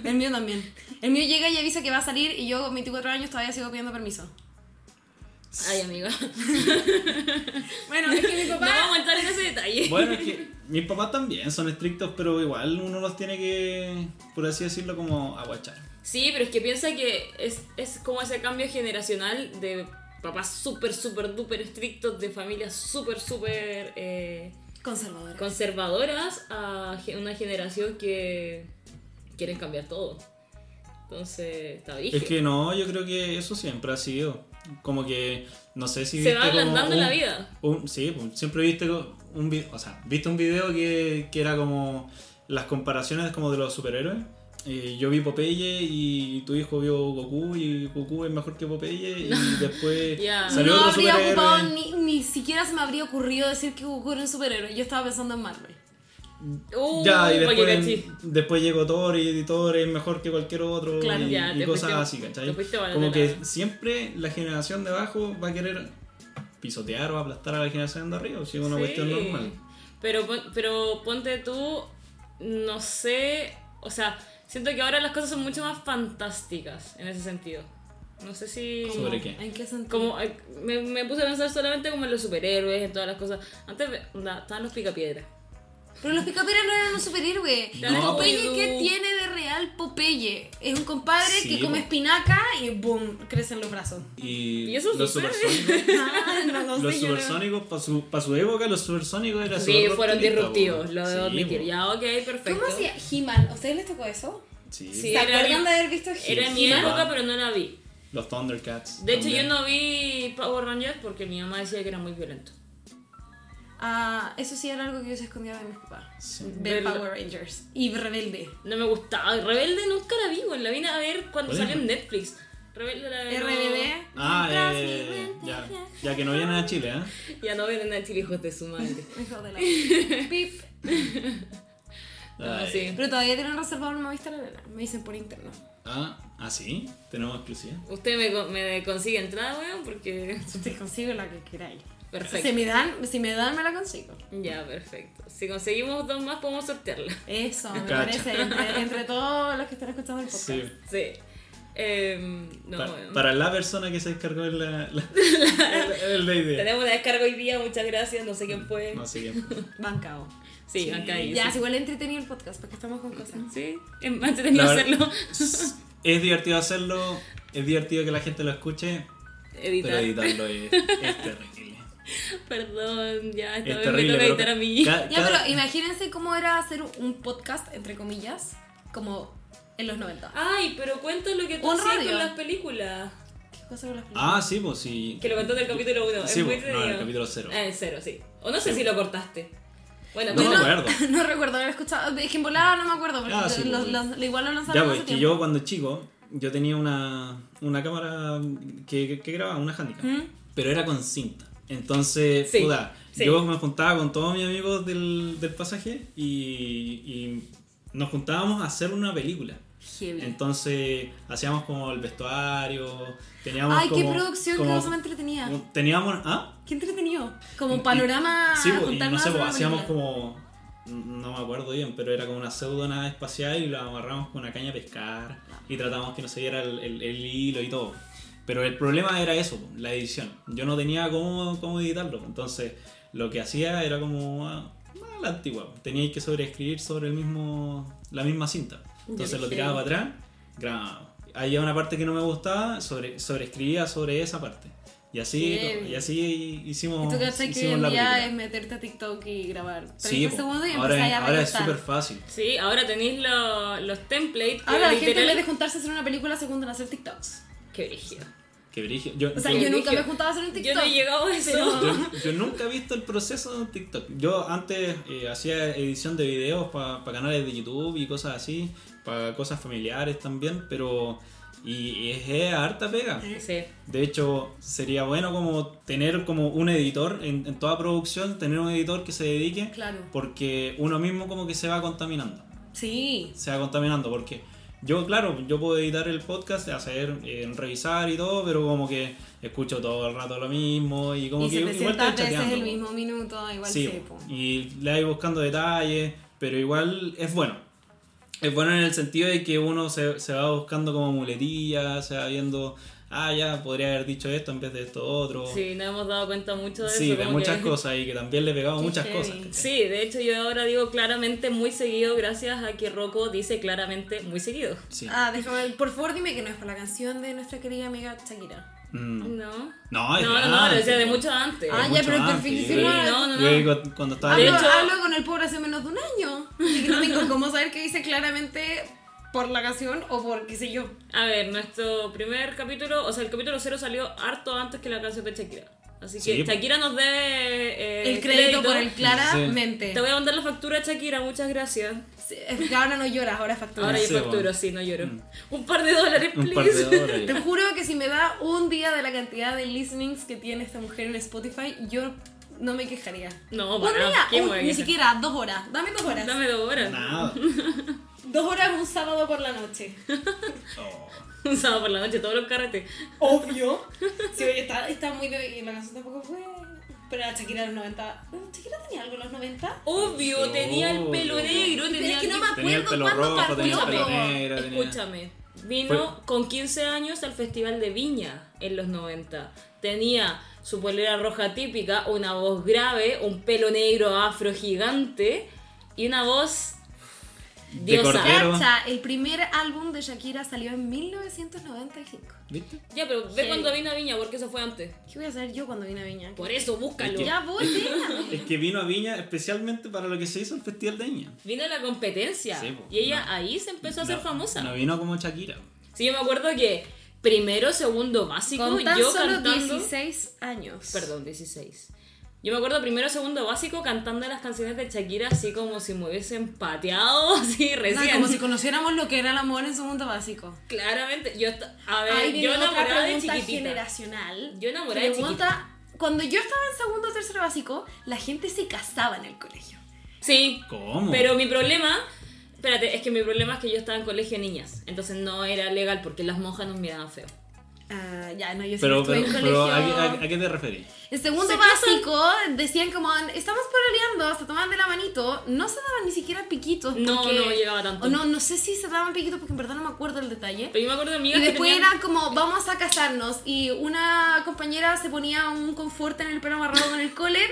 El mío también. El mío llega y avisa que va a salir y yo con 24 años todavía sigo pidiendo permiso.
Ay, amiga.
Bueno, es que mi
No vamos
papá.
a entrar en ese detalle.
Bueno, es que mis papás también son estrictos, pero igual uno los tiene que, por así decirlo, como aguachar.
Sí, pero es que piensa que es, es como ese cambio generacional de papás súper, súper, duper estrictos, de familias súper, súper eh,
Conservadora.
conservadoras a ge- una generación que quieren cambiar todo. Entonces, está bien.
Es que no, yo creo que eso siempre ha sido. Como que, no sé si.
Se
viste
va
como
ablandando
un-
la vida.
un- sí, pues, siempre viste co- un video. O sea, viste un video que, que era como las comparaciones como de los superhéroes. Eh, yo vi Popeye y tu hijo vio Goku y Goku es mejor que Popeye y después
Ya.
salió
no
otro
habría
superhéroe.
ocupado, ni, ni siquiera se me habría ocurrido decir que Goku era un superhéroe. Yo estaba pensando en Marvel.
Uh,
Ya, y
pa' que
después,
cachis.
después llegó Thor y Thor es mejor que cualquier otro
Claro,
y,
ya,
y
te
cosas
fuiste-
así,
te
¿cachai?
fuiste para
Como
la-
que siempre la generación de abajo va a querer pisotear o aplastar a la generación de arriba, si es una
Sí.
cuestión normal.
Pero, pon- pero ponte tú, no sé, o sea, siento que ahora las cosas son mucho más fantásticas en ese sentido. No sé si...
¿Sobre
Como,
qué?
¿En qué sentido?
Como, eh, me, me puse a pensar solamente como en los superhéroes, en todas las cosas. Antes ve- onda, estaban los picapiedras.
Pero los picaperas no eran un superhéroe.
No,
Popeye,
pero-
¿qué tiene de real Popeye? Es un compadre
Sí,
que come
po.
espinaca y ¡boom! crecen los brazos.
Y,
Y eso
los
sucede.
supersónicos,
Ah, no, no sé,
los
yo no-
supersónicos para su, pa' su época, los supersónicos eran
Sí,
súper
fueron
rupturistas,
disruptivos,
po.
lo debo
Sí,
admitir.
po.
Ya, ok, perfecto.
¿Cómo hacía He-Man? ¿A ustedes les tocó eso?
Sí,
Sí.
¿Se
Era
acuerdan
mi-
de haber visto
Era en
He-Man?
mi
Sí,
época,
va.
pero no la vi.
los Thundercats.
De hecho,
también.
yo no vi Power Rangers porque mi mamá decía que era muy violento.
Ah, eso sí era algo que yo se escondía de mis papás.
Sí.
Ver
Verlo.
Power Rangers. Y Rebelde.
No me gustaba. Rebelde nunca la vi, güey. La vine a ver cuando
¿Cuál es?
salió en Netflix. Rebelde la no-
RBD.
Ah, eh, ya, ya que no vienen a Chile, ¿eh?
Ya no ven a Chile, hijos de su madre.
Hijo de la- Pip.
No,
Ay.
Ah, sí.
Pero todavía tienen reservado el Movistar Arena. Me dicen por interno.
Ah, ¿ah, sí? ¿Tenemos exclusiva?
Usted me, co- me consigue entrada, weón, porque.
Te consigo la que queráis. Si
Perfecto.
me dan, si me dan, me la consigo.
Ya, perfecto. Si conseguimos dos más, podemos sortearla.
Eso, me
Cacha.
parece. Entre, entre todos los que están escuchando el podcast.
Sí.
Sí. Em, no,
Pa-
weón.
para la persona que se descargó la, la- el, el DD.
Tenemos la descarga hoy día, muchas gracias. No sé quién fue.
No sé quién. fue.
Bancao.
Sí,
Sí.
acá hay.
Ya, es igual entretenido el podcast porque estamos con cosas.
Sí, em, entretenido
La verdad-
hacerlo.
Es divertido hacerlo, es divertido que la gente lo escuche, pero
Editar.
editarlo es, es terrible.
Perdón, ya, esta
Es
vez me
terrible.
toca
pero
editar a mí.
ca-
Ya,
cada-
pero imagínense cómo era hacer un podcast, entre comillas, como en los 90.
Ay, pero cuenta lo que tú
Un
hacías
radio.
con las películas.
¿Qué cosa con las películas?
Ah, sí, pues sí.
Que lo contaste en el capítulo 1.
Sí, pues, no, en el capítulo 0.
Ah, en 0, sí. O no sé si lo cortaste. Bueno,
no me
pero-
acuerdo.
No recuerdo haber escuchado. Es que en volada no me acuerdo, porque
Ah, sí,
los-
pues.
los- igual lo lanzaron
Ya,
hace
pues, que
tiempo.
yo cuando chico, yo tenía una, una cámara que, que- que grababa, una handicap,
¿Mm?
pero era con cinta. Entonces,
Sí,
puta,
sí.
yo me juntaba con todos mis amigos del, del pasaje y, y nos juntábamos a hacer una película.
Heavy.
Entonces, hacíamos como el vestuario, teníamos
Ay,
como...
qué producción, qué
como-
cosa más entretenida.
como- Teníamos... ¿Ah?
Qué entretenido. Como
Y-
panorama.
Sí, pues, y no
juntarnos
sé,
a
pues,
hacer una
hacíamos
película.
como. No me acuerdo bien, pero era como una pseudo nave espacial y la amarramos con una caña a pescar y tratamos que no se viera el, el- el hilo y todo. Pero el problema era eso, pues, la edición. Yo no tenía cómo, cómo editarlo, pues, entonces lo que hacía era como ah, ah, la antigua. pues, Teníais que sobreescribir sobre el mismo, la misma cinta. Entonces lo tiraba para atrás, grababa. Había una parte que no me gustaba, sobre, sobreescribía sobre esa parte. Y así,
Bien.
y así hicimos,
Y tú cachai que hoy
hicimos
en
la película.
día es meterte a TikTok y grabar 30
Sí, po.
segundos y
ahora,
empezar a
ahora es
recortar.
súper fácil.
Sí, ahora tenéis lo- los templates. que
Ahora Ah, la gente en
literal-
vez de juntarse a hacer una película se juntan a hacer TikToks.
Qué brígido.
Que brigio. Yo,
O sea,
yo-
yo nunca me
dije,
he juntado a hacer un TikTok.
Yo no he llegado a eso.
yo- yo nunca he visto el proceso de TikTok. Yo antes eh, hacía edición de videos para canales de YouTube y cosas así, para cosas familiares también, pero. Y es, es harta pega.
Sí.
De hecho, sería bueno como tener como un editor en, en toda producción, tener un editor que se dedique,
Claro.
porque uno mismo como que se va contaminando
Sí.
se va contaminando porque yo claro yo puedo editar el podcast hacer eh, revisar y todo pero como que escucho todo el rato lo mismo y como
y
que
700
igual te
veces
chateando
el mismo minuto, igual
sí,
sí, po.
y le vais buscando detalles pero igual es bueno es bueno en el sentido de que uno se, se va buscando como muletillas se va viendo ah ya podría haber dicho esto en vez de esto otro
Sí, nos hemos dado cuenta mucho de eso.
Sí, de
como
muchas
que-
cosas y que también le pegaba
Qué
muchas
heavy.
cosas ¿cachai?
Sí, de hecho yo ahora digo claramente muy seguido gracias a que Rocco dice claramente muy seguido.
Sí.
Ah, déjame ver. Por favor, dime que no es por la canción de nuestra querida amiga Shakira.
Mm.
No.
No, es de
no, no, lo decía de
antes.
mucho antes.
Ah, ya,
mucho
pero el
antes,
perfil
yo
firmado-
creo que-
No, no,
yo creo
no.
que cu- cuando estaba
Hablo,
De hecho-
hablo con el pobre hace menos de un año. Así que no tengo cómo saber qué dice claramente por la canción o por qué sé yo.
A ver, nuestro primer capítulo, o sea, el capítulo cero salió harto antes que la canción de Shakira. Así que
Sí, po.
Shakira nos debe eh,
El crédito por el claramente.
Te voy a mandar la factura, Shakira, muchas gracias.
Sí, es que ahora no lloras, ahora factura.
Ahora yo
Ah, Sí,
facturo,
bueno.
sí, no lloro. Un par de dólares, please.
un par de
Te
dólares.
juro que si me da un día de la cantidad de listenings que tiene esta mujer en Spotify, yo no me quejaría.
No,
un
para,
día,
¿qué
un-
voy a
ni
quejar?
siquiera, dos horas. Dame dos horas.
Dame dos horas.
Nada.
Dos horas un sábado por la noche.
Oh.
Un sábado por la noche, todos los carretes.
Obvio. Sí, oye, está, está muy de. Y la canción tampoco fue. Pero la Shakira de los 90. ¿no? ¿Shakira tenía algo en los 90?
Obvio,
Sí,
tenía el pelo
obvio.
negro,
Pero
tenía
es que no me
aquí-
Tenía el
acuerdo
pelo
cuándo
rojo, tenía el
partió.
pelo negro. tenía-
Escúchame, vino con 15 años al Festival de Viña en los 90. Tenía su polera roja típica, una voz grave, un pelo negro afro gigante y una voz
De
diosa.
cordero. Pero-
Cacha, el primer álbum de Shakira salió en 1995.
¿Viste?
Ya, pero ve
Sí.
cuando vino a Viña, porque eso fue antes.
¿Qué voy a hacer yo cuando vine a Viña?
Por eso, búscalo.
Ya voy, déjame.
Es que vino a Viña especialmente para lo que se hizo el Festival de Viña.
Vino a la competencia
Sí, pues, po.
y ella
No.
ahí se empezó a hacer
No,
famosa.
No vino como Shakira.
Sí, yo me acuerdo que primero, segundo básico,
Con tan
yo
solo
cantando.
16 años.
Perdón, 16. Yo me acuerdo primero, segundo básico cantando las canciones de Shakira así como si me hubiesen pateado, así
Nada,
recién.
como si conociéramos lo que era el amor en segundo básico.
Claramente, yo esta- a ver,
Ahí viene
yo
otra
enamorada de
pregunta
chiquitita.
generacional.
Yo enamorada de
Pregunta, cuando yo estaba en segundo o tercero básico, la gente se casaba en el colegio.
Sí.
¿Cómo?
Pero mi problema, espérate, es que mi problema es que yo estaba en colegio de niñas, entonces no era legal porque las monjas nos miraban feo.
Ah, ya, no, yo siempre
Pero,
estuve
pero,
en
pero,
colegio.
¿a, qué- a- a qué te referís?
En segundo
¿Se
básico decían como, estamos pololeando, se tomaban de la manito, no se daban ni siquiera piquitos.
No,
porque-
no llegaba tanto.
O no, no sé si se daban piquitos porque en verdad no me acuerdo el detalle.
Pero yo me acuerdo de amigas
Y después
que tenían-
era como, vamos a casarnos. Y una compañera se ponía un confort en el pelo amarrado con el collar.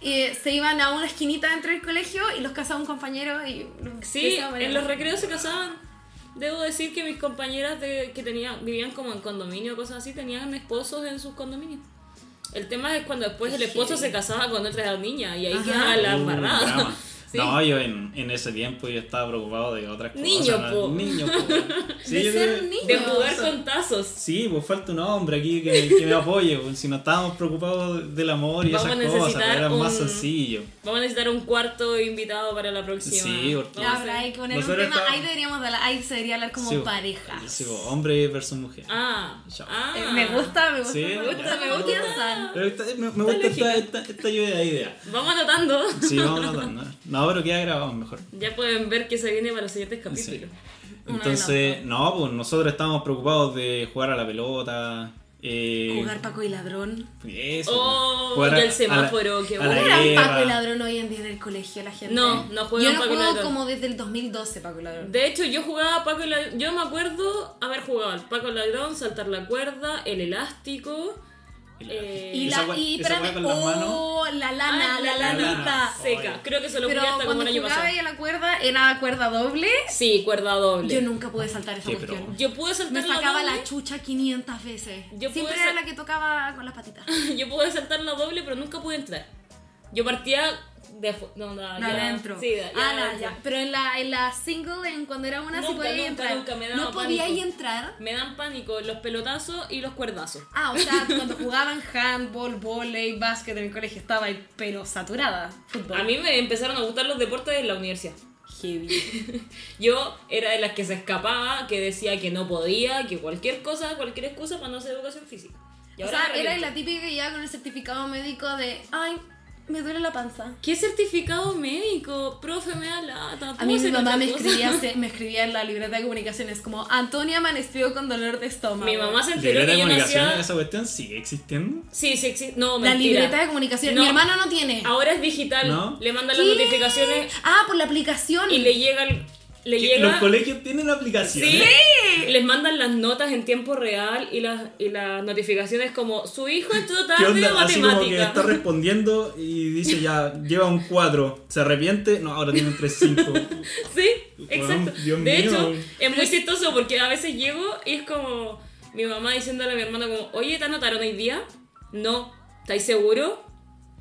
Y se iban a una esquinita dentro del colegio y los casaba un compañero. Y de
Sí,
esa manera.
en los recreos se casaban. Debo decir que mis compañeras de- que tenían, vivían como en condominio, cosas así, tenían esposos en sus condominios. El tema es cuando después el esposo se casaba con otra niña y ahí quedaba la
Uh,
embarrada.
drama.
Sí.
No, yo en, en ese tiempo yo estaba preocupado de otras cosas.
Niño,
¿no?
po.
Niño, po. Sí,
De
yo
ser
creo que-
niño.
De jugar con tazos.
Sí, pues falta un hombre aquí que, que me apoye. pues, Si no estábamos preocupados del amor y
Vamos a
esas cosas, pero
necesitar
era más
un-
sencillo.
Vamos a necesitar un cuarto invitado para la próxima.
Sí, porque-
Ya,
Vamos a
pero
hacer-
hay que poner un
Nosotros
tema,
estábamos-
ahí deberíamos de hablar, ahí se debería hablar como
Sí, pues.
pareja.
Sí, pues, hombre versus mujer.
Ah,
Chao.
ah.
Eh, me gusta, me gusta.
Sí,
me gusta,
me gusta.
¿Qué piensan?
Pero esta- me, me gusta esta, esta, esta lluvia de ideas.
Vamos anotando.
Sí, vamos notando. No, pero queda grabado mejor.
Ya pueden ver que se viene para los siguientes
Sí.
capítulos.
Entonces, no, pues nosotros estábamos preocupados de jugar a la pelota. Eh,
Jugar Paco y Ladrón.
Eso.
Oh,
pues,
y
a-
el semáforo,
a la,
qué
a la
bueno.
¿Cómo eran
guerra.
Paco y Ladrón hoy en día en el colegio la gente?
No, no juegan
Yo no
Paco y
juego
Ladrón.
como desde el 2012 Paco y Ladrón.
De hecho, yo jugaba a Paco y Ladrón. Yo me acuerdo haber jugado al Paco y Ladrón, saltar la cuerda, el elástico. eh,
Y
Esa
la,
hue-
y
esa
espérame,
hueá con las manos.
oh, la lana,
Ah,
la,
la
lanita.
lana.
seca.
Oye.
Creo que se lo
Pero
jugué hasta como
cuando
el año
jugaba
pasado.
ella la cuerda, era cuerda doble.
Sí, cuerda doble.
Yo nunca pude saltar esa
Sí, pero-
cuestión.
Yo pude saltar
Me
la
sacaba
doble.
la chucha 500 veces.
Yo
Siempre
pude
era
sa-
la que tocaba con las patitas.
Yo pude saltar la doble, pero nunca pude entrar. Yo partía De afu- no, no,
De
Ah, ya.
adentro.
Sí, ya,
ah, la-
adentro.
ya. Pero en la, en la single, en cuando era una, sí
Nunca,
podía
nunca,
entrar.
nunca me daba
no podía
pánico.
entrar.
Me dan pánico los pelotazos y los cuerdazos.
Ah, o sea, cuando jugaban handball, volei, básquet en el colegio estaba ahí, pero saturada. Fútbol.
A mí me empezaron a gustar los deportes en la universidad. Heavy. Yo era de las que se escapaba, que decía que no podía, que cualquier cosa, cualquier excusa para no hacer educación física. Y
o
ahora
sea,
me
era
arrepiento.
la típica que llegaba con el certificado médico de, ay, me duele la panza.
¿Qué certificado médico? Profe, me da lata.
A mí
¿puedo
mi
hacer
mamá
otra
me
cosa?
escribía, se- me escribía en la libreta de comunicaciones como, Antonia amaneció con dolor de estómago.
Mi mamá se enteró
¿Libreta
que yo
de
no
comunicación?
hacía...
¿Esa cuestión sigue existiendo?
Sí, sí, sí. No,
La
mentira.
libreta de comunicaciones.
No.
Mi hermano no tiene.
Ahora es digital.
¿No?
Le mandan las
¿Qué?
notificaciones
Ah, por la aplicación.
y le llega... el- Le
Que
llega...
Los colegios tienen aplicaciones.
Sí. Les mandan las notas en tiempo real y las, y las notificaciones como su hijo estudió
¿Qué
tarde
onda? Así como que
matemática.
está respondiendo y dice ya, lleva un 4, se arrepiente, no, ahora tiene un 3-5.
Sí,
Weón,
exacto.
Dios
de
mío.
hecho, es muy chistoso porque a veces llego y es como mi mamá diciéndole a mi hermano como, oye, ¿te anotaron hoy día? No, ¿estáis seguro?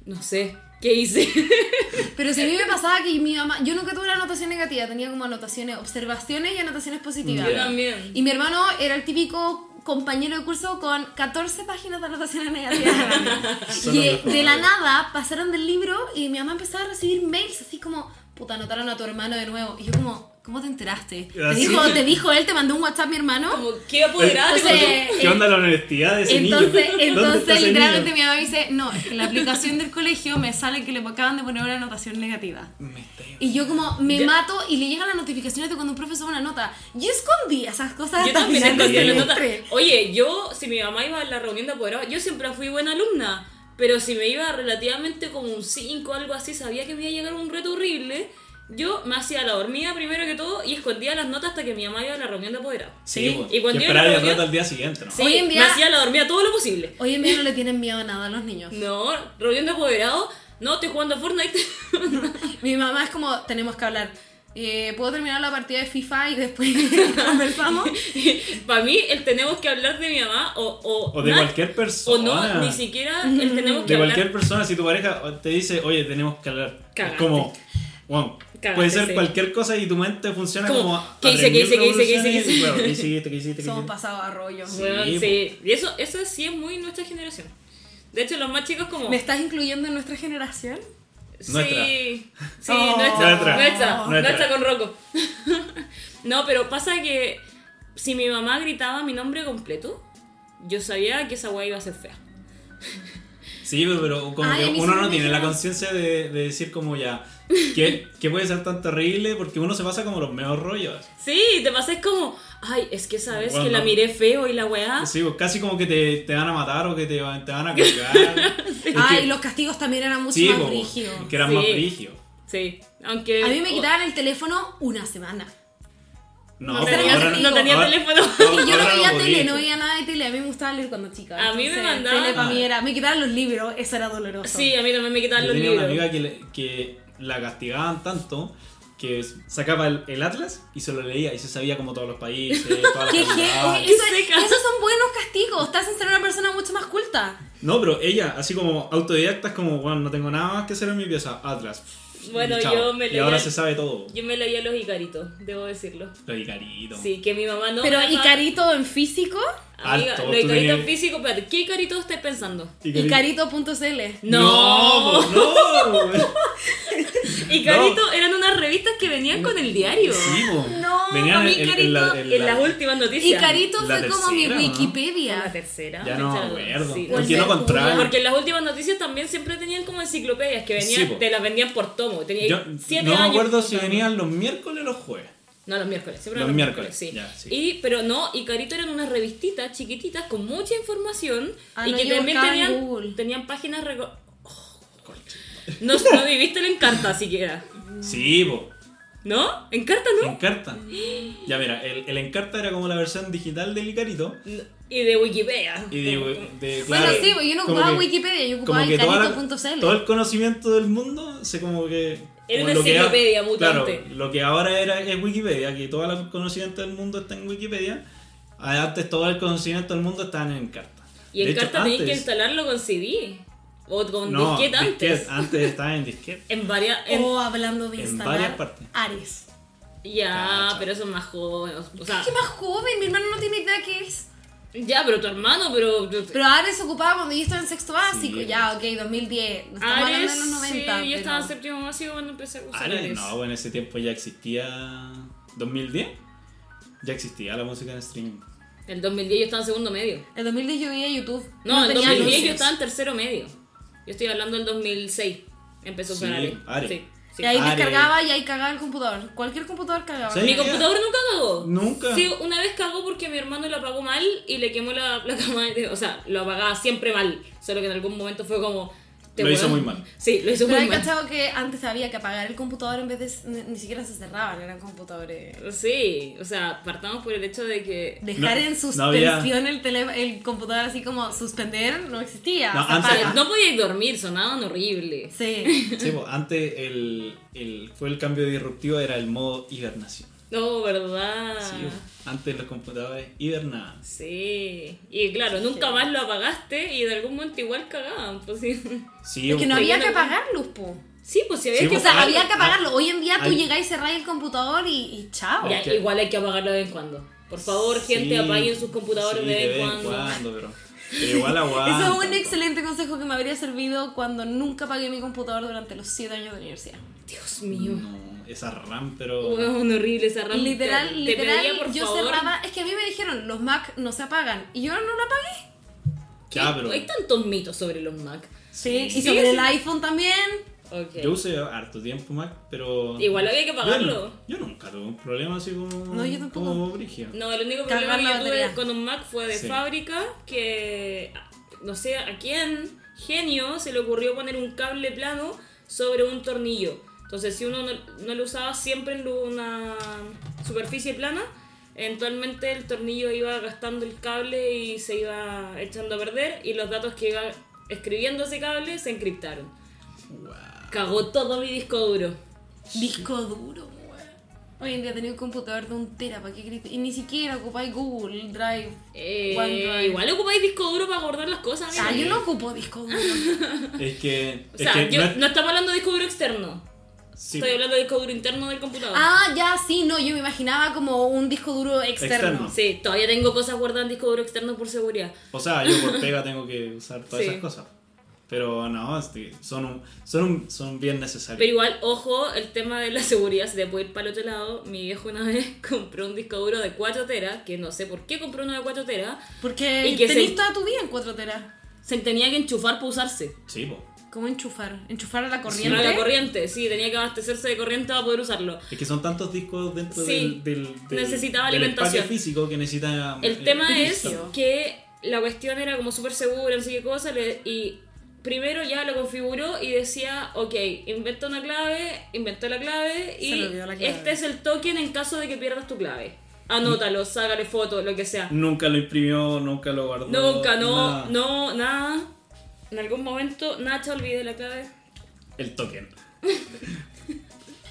No sé, ¿qué hice?
Pero si a mí me pasaba que mi mamá, yo nunca tuve una anotación negativa, tenía como anotaciones, observaciones y anotaciones positivas.
Yo también.
Y mi hermano era el típico compañero de curso con 14 páginas de anotaciones negativas.
Son
y
los
eh,
mejores.
de la nada pasaron del libro y mi mamá empezaba a recibir mails así como, puta, anotaron a tu hermano de nuevo. Y yo como, ¿cómo te enteraste? ¿Te
Así.
dijo, ¿te dijo él? ¿Te mandó un WhatsApp mi hermano?
Como, ¿qué apoderada?
Entonces,
¿Qué
eh,
onda la honestidad de ese
Entonces,
niño? ¿Dónde está
entonces
ese
literalmente
niño?
mi mamá dice, no, es que la aplicación del colegio me sale que le acaban de poner una anotación negativa.
Me está-
Y yo como me
Ya.
mato y le llegan las notificaciones de cuando un profesor una nota. Yo escondía esas cosas
Yo
hasta
también
final de
escondí la nota.
semestre.
Oye, yo, si mi mamá iba a la reunión de apoderados, yo siempre fui buena alumna, pero si me iba relativamente como un 5 o algo así, sabía que me iba a llegar un reto horrible. Yo me hacía la dormida primero que todo y escondía las notas hasta que mi mamá iba a la reunión de apoderados.
Sí, pues,
y cuando
que
iba a la
esperaba el
reunión,
rato al día siguiente, ¿no?
sí,
Hoy en día-
me hacía la dormida todo lo posible.
Hoy en día no le tienen miedo a nada a los niños.
No, reunión de apoderados, no, estoy jugando a Fortnite.
Mi mamá es como, tenemos que hablar. Eh, Puedo terminar la partida de FIFA y después conversamos.
Para mí, el tenemos que hablar de mi mamá o... O,
O de
na-
cualquier
O
persona.
no, ni siquiera el tenemos que
De
hablar.
cualquier persona, si tu pareja te dice, oye, tenemos que hablar. es
Cagaste.
Como, wow,
Cagaste,
puede ser
sí.
cualquier cosa y tu mente funciona
Como,
como.
¿qué hice, qué hice, qué hice, qué hice, qué hice?
Y, bueno, ¿qué hiciste, qué hiciste, qué
Somos
hiciste?
pasados a rollo.
Sí.
Weón,
po.
sí. Y eso, eso sí es muy nuestra generación. De hecho, los más chicos como...
¿Me estás incluyendo en nuestra generación?
Sí,
Nuestra.
sí,
Oh.
nuestra, nuestra,
Nuestra.
nuestra,
Nuestra.
con Rocco. no, pero pasa que si mi mamá gritaba mi nombre completo, yo sabía que esa weá iba a ser fea.
Sí, pero- pero como
Ay, a
que
mí
uno
sí
no
me
tiene la
imagino.
conciencia de, de decir, como ya, ¿qué, qué puede ser tan terrible? Porque uno se pasa como los meos rollos.
Sí, te pasé como, ay, es que sabes
Bueno,
que la
no.
miré feo y la
¿Ah?
weá...
Sí, pues, casi como que te, te van a matar o que te, van- te van a colgar. Es
Ay,
que-
los castigos también eran mucho
sí,
más
pues,
rígidos.
que eran más
Sí.
rígidos.
Sí, aunque...
A mí me quitaban el teléfono una semana.
No,
No
pues,
tenía-
ahora
no tenía
ahora-
teléfono.
Y yo no
ahora
veía
podía,
tele,
pues.
no veía nada de tele. A mí me gustaba leer cuando chica.
A mí me
Entonces,
mandaban-
Tele para mí era. Me quitaban los libros, eso era doloroso.
Sí, a mí también me quitaban
Yo
los
tenía
libros.
una amiga que, le- que la castigaban tanto que s- sacaba el, el Atlas y se lo leía y se sabía como todos los países, todas las
¿Qué,
capitales.
qué? Eso-
Qué seca.
esos son buenos castigos. Te hacen ser una persona mucho más culta.
No, pero ella, así como autodidacta, es como, bueno, no tengo nada más que hacer en mi pieza, Atlas.
Bueno,
Y
yo me
Y
leía-
ahora se sabe todo.
Yo me leía los Icaritos, debo decirlo.
Lo Icarito.
Sí, que mi mamá no...
Pero
me
¿y
dejaba-
carito en físico?
Amiga,
Harto,
lo de
tú
carito
tenías-
físico, espérate, ¿qué carito estás pensando?
Y carito.cl.
No.
No, po, no.
Y carito eran unas revistas que venían con el diario.
Sí, po.
No,
Venían
a mí
en- en- en
Icarito-
la- en
En
la-
las últimas
Y
noticias.
carito
La
fue como mi
tercera, ¿no?
La
Wikipedia.
tercera.
Ya no me
fecha dos,
acuerdo.
sí.
Porque no
Volver,
contrario.
Porque en las últimas noticias también siempre tenían como enciclopedias que venían,
Sí, po.
te las vendían por tomo. Tenía
Yo
siete
no me
años.
acuerdo si
comprando.
venían los miércoles o los jueves.
No, los miércoles. Siempre
Los
eran
miércoles,
sí.
ya, sí.
Y, pero no, y Carito eran unas revistitas chiquititas con mucha información
Ah,
y
no,
que
yo
también
buscaba en
tenían,
Google.
tenían páginas... reco- Oh, no, no viviste el Encarta siquiera.
Sí, po.
¿No? ¿Encarta no?
Encarta. Ya mira, el, el Encarta era como la versión digital del Icarito.
Y de Wikipedia.
Y de, de-
Bueno,
claro,
sí, pues, yo no
como
ocupaba
que-
Wikipedia, yo
como
ocupaba
que toda la-
icarito.cl.
todo el conocimiento del mundo se como que...
Era
como
una
lo que ahora-
enciclopedia mutante.
Claro, lo que ahora era, es Wikipedia, que todo el conocimiento del mundo está en Wikipedia. Ah, Antes todo el conocimiento del mundo estaba en Encarta.
Y
De
en
hecho,
carta tenéis que
antes-
instalarlo con CD. O con
No,
disquete antes.
disquete, ah. antes estaba en disquete.
En varias. en-
o hablando de
en
instalar
varias partes.
Ares.
Ya,
Cacha.
pero eso es más joven. O o sea,
Es que más joven, mi hermano no tiene idea qué es.
ya, pero tu hermano, pero.
Pero Ares ocupaba cuando yo estaba en sexto básico.
Sí.
ya, ok, 2010. No estamos
Ares,
hablando de los 90.
sí, yo
pero-
estaba en séptimo básico cuando empecé a usar
Ares,
Ares.
no, pues en ese tiempo ya existía. 2010 ya existía la música en streaming.
El 2010 yo estaba en segundo medio.
El 2010 yo veía YouTube.
No, el
tenía
2010
luces.
yo estaba en tercero medio. Yo estoy hablando del 2006. Empezó a usar
Sí,
Ares.
Ares.
Sí, sí.
Y ahí
Ares.
descargaba y ahí cagaba el computador. Cualquier computador cagaba.
Sí.
Mi computadora nunca cagó.
Nunca.
Sí, una vez cagó porque mi hermano lo apagó mal y le quemó la placa madre. O sea, lo apagaba siempre mal. Solo que en algún momento fue como.
Lo hizo
weón.
muy mal.
Sí, lo hizo
Pero
muy
hay
mal.
cachado que antes había que apagar el computador en vez de. ni, ni siquiera se cerraban, eran computadores.
Sí, o sea, partamos por el hecho de que.
Dejar
No,
en
no había-
suspensión el, tele- el computador así como suspender no existía.
No,
se
antes-
apaga.
No podíais dormir, sonaban horribles.
Sí.
Sí, pues, antes el, el- fue el cambio disruptivo, era el modo hibernación.
No, ¿verdad?
Sí, pues, antes los computadores hibernaban.
Sí. Y claro, nunca más lo apagaste y de algún momento igual cagaban. Pues sí.
Sí,
Es que no
pues,
había
no-
que apagar luz, po.
Sí, pues si había
Sí,
que
O sea,
Ah,
había que apagarlo. Hoy en día tú
hay-
llegáis, cerráis el computador y, y chao.
Ya,
Ok.
igual hay que apagarlo de vez en cuando. Por favor, gente,
sí,
apaguen sus computadores
sí,
de vez en cuando.
pero, pero igual aguanta.
Eso es un excelente consejo que me habría servido cuando nunca pagué mi computador durante los 7 años de universidad.
Dios mío.
No, esa RAM, pero.
Huevón horrible esa rampa.
Mm. Literal,
Te
literal,
pedía, por
yo
favor,
cerraba. Es que a mí me dijeron, los Mac no se apagan. Y yo no lo apagué.
¿qué?
Ya, pero-
Hay tantos mitos sobre los Mac.
Sí, y
Sí,
sobre
sí.
el iPhone también.
Ok.
Yo usé harto tiempo Mac, pero.
Igual había que
Yo,
pagarlo.
nu- yo nunca tuve un problema así como.
No, yo tampoco.
Como Brigio.
No, el único
Cargar
problema
la
que yo tuve
batería.
con un Mac fue de
Sí.
fábrica que no sé a quién genio se le ocurrió poner un cable plano sobre un tornillo. Entonces, si uno no, no lo usaba siempre en lu- una superficie plana, eventualmente el tornillo iba gastando el cable y se iba echando a perder y los datos que iba escribiendo ese cable se encriptaron. Cagó todo mi disco duro.
Disco duro, weón. Hoy en día tenía un computador de un tera, ¿para qué queréis? Y ni siquiera ocupáis Google Drive.
Eh,
OneDrive.
igual ocupáis disco duro para guardar las cosas.
Ah,
amigo.
yo no ocupo disco duro.
Es que.
O
es
sea,
que
yo-
no
no,
es-
estamos hablando de disco duro externo.
sí,
Estoy hablando del disco duro interno del computador.
Ah, ya, sí, no, yo me imaginaba como un disco duro externo.
Externo.
Sí, todavía tengo cosas guardadas en disco duro externo por seguridad.
O sea, yo por pega tengo que usar todas
Sí.
esas cosas. Pero no, este, son, un, son, un, son bien necesarios.
Pero igual, ojo, el tema de la seguridad se te puede ir para el otro lado. Mi viejo una vez compró un disco duro de 4 teras, que no sé por qué compró uno de 4 teras.
Porque
Y que
tenés
se-
toda tu vida en cuatro teras.
Se tenía que enchufar para usarse.
Sí, po.
¿Cómo enchufar? ¿Enchufar a la
No
corriente?
la corriente, sí, tenía que abastecerse de corriente para poder usarlo.
Es que son tantos discos dentro
Sí.
del, del, del-
Necesitaba
del
alimentación.
empaque físico que necesita. eh,
El tema es
Exacto.
que la cuestión era como súper segura, no sé qué cosa, le- y primero ya lo configuró y decía, ok, inventa una clave, inventó la clave
Se
y
le olvidó la clave.
este es el token en caso de que pierdas tu clave. Anótalo, sácale foto, lo que sea.
Nunca lo imprimió, nunca lo guardó.
Nunca, no,
nada.
no, nada. En algún momento, Nacha, olvidé la clave.
El token.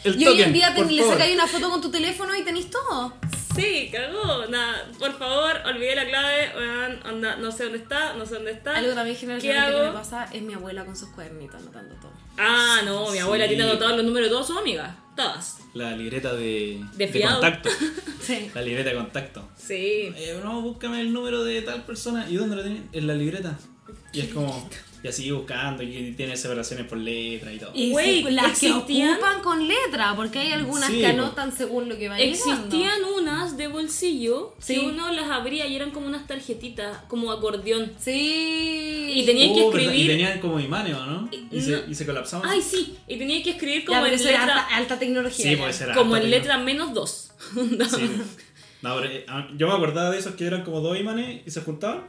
El
Y hoy en día te,
por
le
favor.
sacáis una foto con tu teléfono y tenéis todo.
Sí, cagó, nada, por favor, olvidé la clave, weón, onda, no sé dónde está, no sé dónde está.
Algo también
Ah, ¿Qué
generalmente que me
hago?
pasa es mi abuela con sus cuadernitos anotando todo.
Ah, no, mi abuela
Sí.
tiene anotados los números de todas sus amigas. Todas.
La libreta de,
De fiado.
contacto.
Sí.
La libreta de contacto.
Sí.
Eh, no, búscame el número de tal persona. ¿Y dónde lo tienen? En la libreta. Y es como. Y así buscando, y tiene separaciones por letra y todo.
Y
Güey,
sí, las que
¿existían?
ocupan con letra, porque hay algunas
Sí,
que
po.
anotan según lo que va llegando.
Existían unas de bolsillo
Sí.
que uno las abría y eran como unas tarjetitas, como acordeón.
Sí.
Y tenías que
Oh, verdad, Y
escribir.
tenían como imanes, ¿o ¿no? Y,
Y-
se,
no.
y se colapsaban.
Ay, sí. Y tenías que escribir
Ya,
como
pero
en
eso era
letra,
alta, alta tecnología.
Sí,
ya.
puede ser. era
como
harta
en
tecno.
letra menos dos.
Sí. No, pero, eh, ah, yo me acordaba de esos que eran como dos imanes y se juntaban.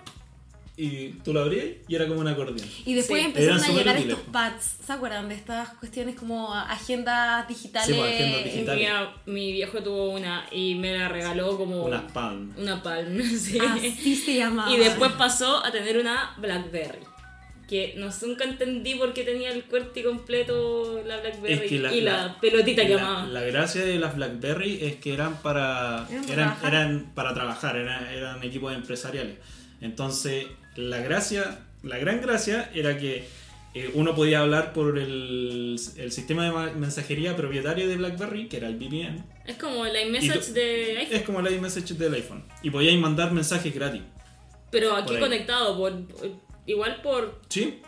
Y tú lo abrías y era como un acordeón.
Y después
Sí.
Eran
empezaron a
súper
llegar
útiles,
estos
po.
pads, ¿se acuerdan de estas cuestiones como agendas digitales?
Sí, po,
Eh,
agendas digitales.
Mi, mi viejo tuvo una y me la regaló como
Unas palmas.
una palm. sí.
Así se llamaba.
Y después pasó a tener una Blackberry. Que no, sé, nunca entendí por qué tenía el cuerti completo la
Es
Blackberry
que la,
y la, pelotita que
la-
amaba.
La gracia de las BlackBerry es que eran para
Eran para
eran,
trabajar.
eran para trabajar, eran, eran equipos empresariales. Entonces, la gracia, la gran gracia era que eh, uno podía hablar por el, el sistema de ma- mensajería propietario de BlackBerry, que era el VPN.
Es como el
Y
iMessage
tú-
de iPhone,
Es como el iMessage del iPhone. Y podíais mandar mensajes gratis.
pero
por
aquí
ahí.
conectado, por, por- igual por
¿Sí?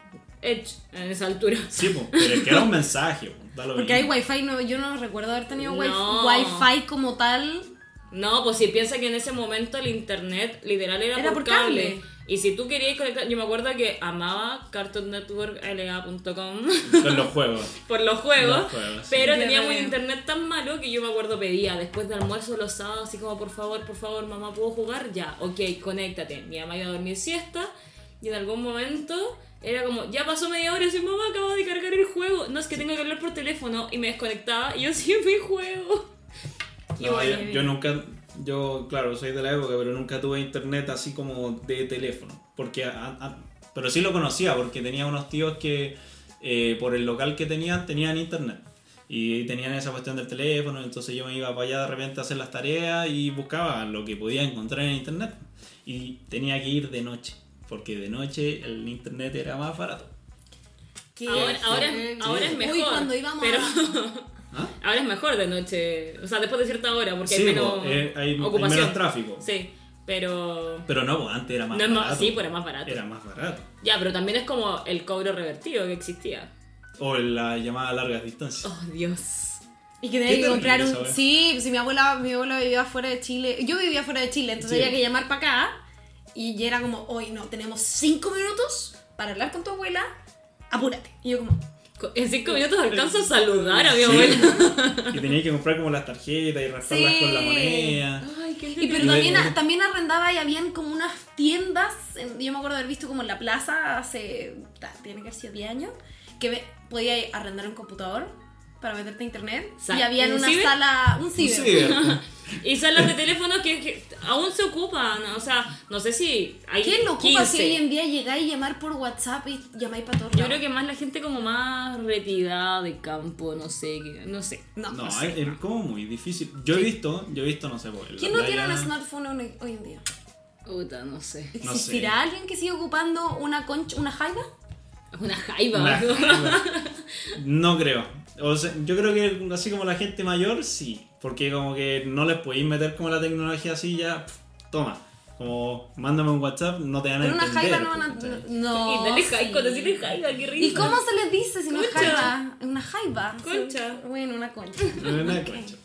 Edge en esa altura.
Sí, po, pero es que era un mensaje. po, da lo
Porque hay
mismo.
wifi, no, yo no recuerdo haber tenido wi-
No.
wifi como tal.
No, pues si piensa que en ese momento el internet literal era, por, cable. Y si tú querías conectar, yo me acuerdo que amaba Cartoon Network LA.com
Con los juegos.
por los juegos,
Los juegos, sí.
pero
Yo
teníamos
también.
internet tan malo que yo me acuerdo pedía después de almuerzo los sábados, así como por favor, por favor, mamá, ¿puedo jugar? Ya, ok, conéctate. Mi mamá iba a dormir siesta y en algún momento era como, ya pasó media hora, y así, mamá, acabo de cargar el juego. No, es que tengo que hablar por teléfono y me desconectaba y yo sí mi juego.
No, yo, yo nunca, yo claro, soy de la época, pero nunca tuve internet así como de teléfono. Porque, a- a- pero sí lo conocía, porque tenía unos tíos que eh, por el local que tenían, tenían internet. Y tenían esa cuestión del teléfono, entonces yo me iba para allá de repente a hacer las tareas y buscaba lo que podía encontrar en internet. Y tenía que ir de noche, porque de noche el internet era más barato.
Ahora, ahora, es- ahora es mejor.
Uy, cuando íbamos
pero
¿Ah?
ahora es mejor de noche. O sea, después de cierta hora, porque
Sí,
hay menos
po, eh, hay- hay
ocupación.
menos tráfico.
Sí, pero.
Pero no, pues, antes era más
no es
barato.
más, sí, pero es más barato.
Era más barato.
Ya, pero también es como el cobro revertido que existía.
O la llamada a largas distancias.
Oh, Dios.
Y que tenía
Qué
que comprar
terrible
un.
eso, ¿eh?
Sí, si mi abuela, mi abuela vivía fuera de Chile. Yo vivía fuera de Chile, entonces
Sí.
había que llamar para acá. Y ya era como, hoy no, tenemos cinco minutos para hablar con tu abuela, apúrate. Y yo, como,
Co- En cinco minutos alcanzo a saludar a mi
Sí,
abuela.
Y tenía que comprar como las tarjetas y rasparlas
Sí.
con la moneda.
Ay, qué
Y pero
Y
también,
luego-
también arrendaba y habían como unas tiendas, en- yo me acuerdo haber visto como en la plaza hace, ta, tiene que haber sido 10 años, que ve- podía arrendar un computador para meterte a internet.
Sa-
y había en
¿un
una
ciber?
sala, un ciber.
Y salas de teléfono que, que aún se ocupan. O sea, no sé si hay.
¿Quién lo ocupa
15.
si hoy en día llegáis y llamar por WhatsApp y llamáis para todos
Yo creo
lados?
que más la gente como más retirada de campo, no sé, que- no sé.
No,
No,
no
es
sé.
es como muy difícil. Yo he visto, yo he visto, no sé, pues, en la
¿Quién no tiene
playa-
un smartphone hoy hoy en día?
Puta, no sé.
sé.
¿Existirá alguien que siga ocupando una concha, una jaiba?
Es una jaiba.
Nah,
¿no?
No creo. O sea, yo creo que así como la gente mayor, sí. Porque como que no les podéis meter como la tecnología así ya. pf, Toma. Como mándame un WhatsApp, no te van a
Pero una
entender. pues,
jaiba no van a...
¿cachai?
No,
y dale
sí.
jaiba, decirle jaiba, qué rico.
¿Y cómo se les dice si no es
Concha.
jaiba? Una jaiba.
Concha.
Sí, Bueno, una concha.
No es nada de concha.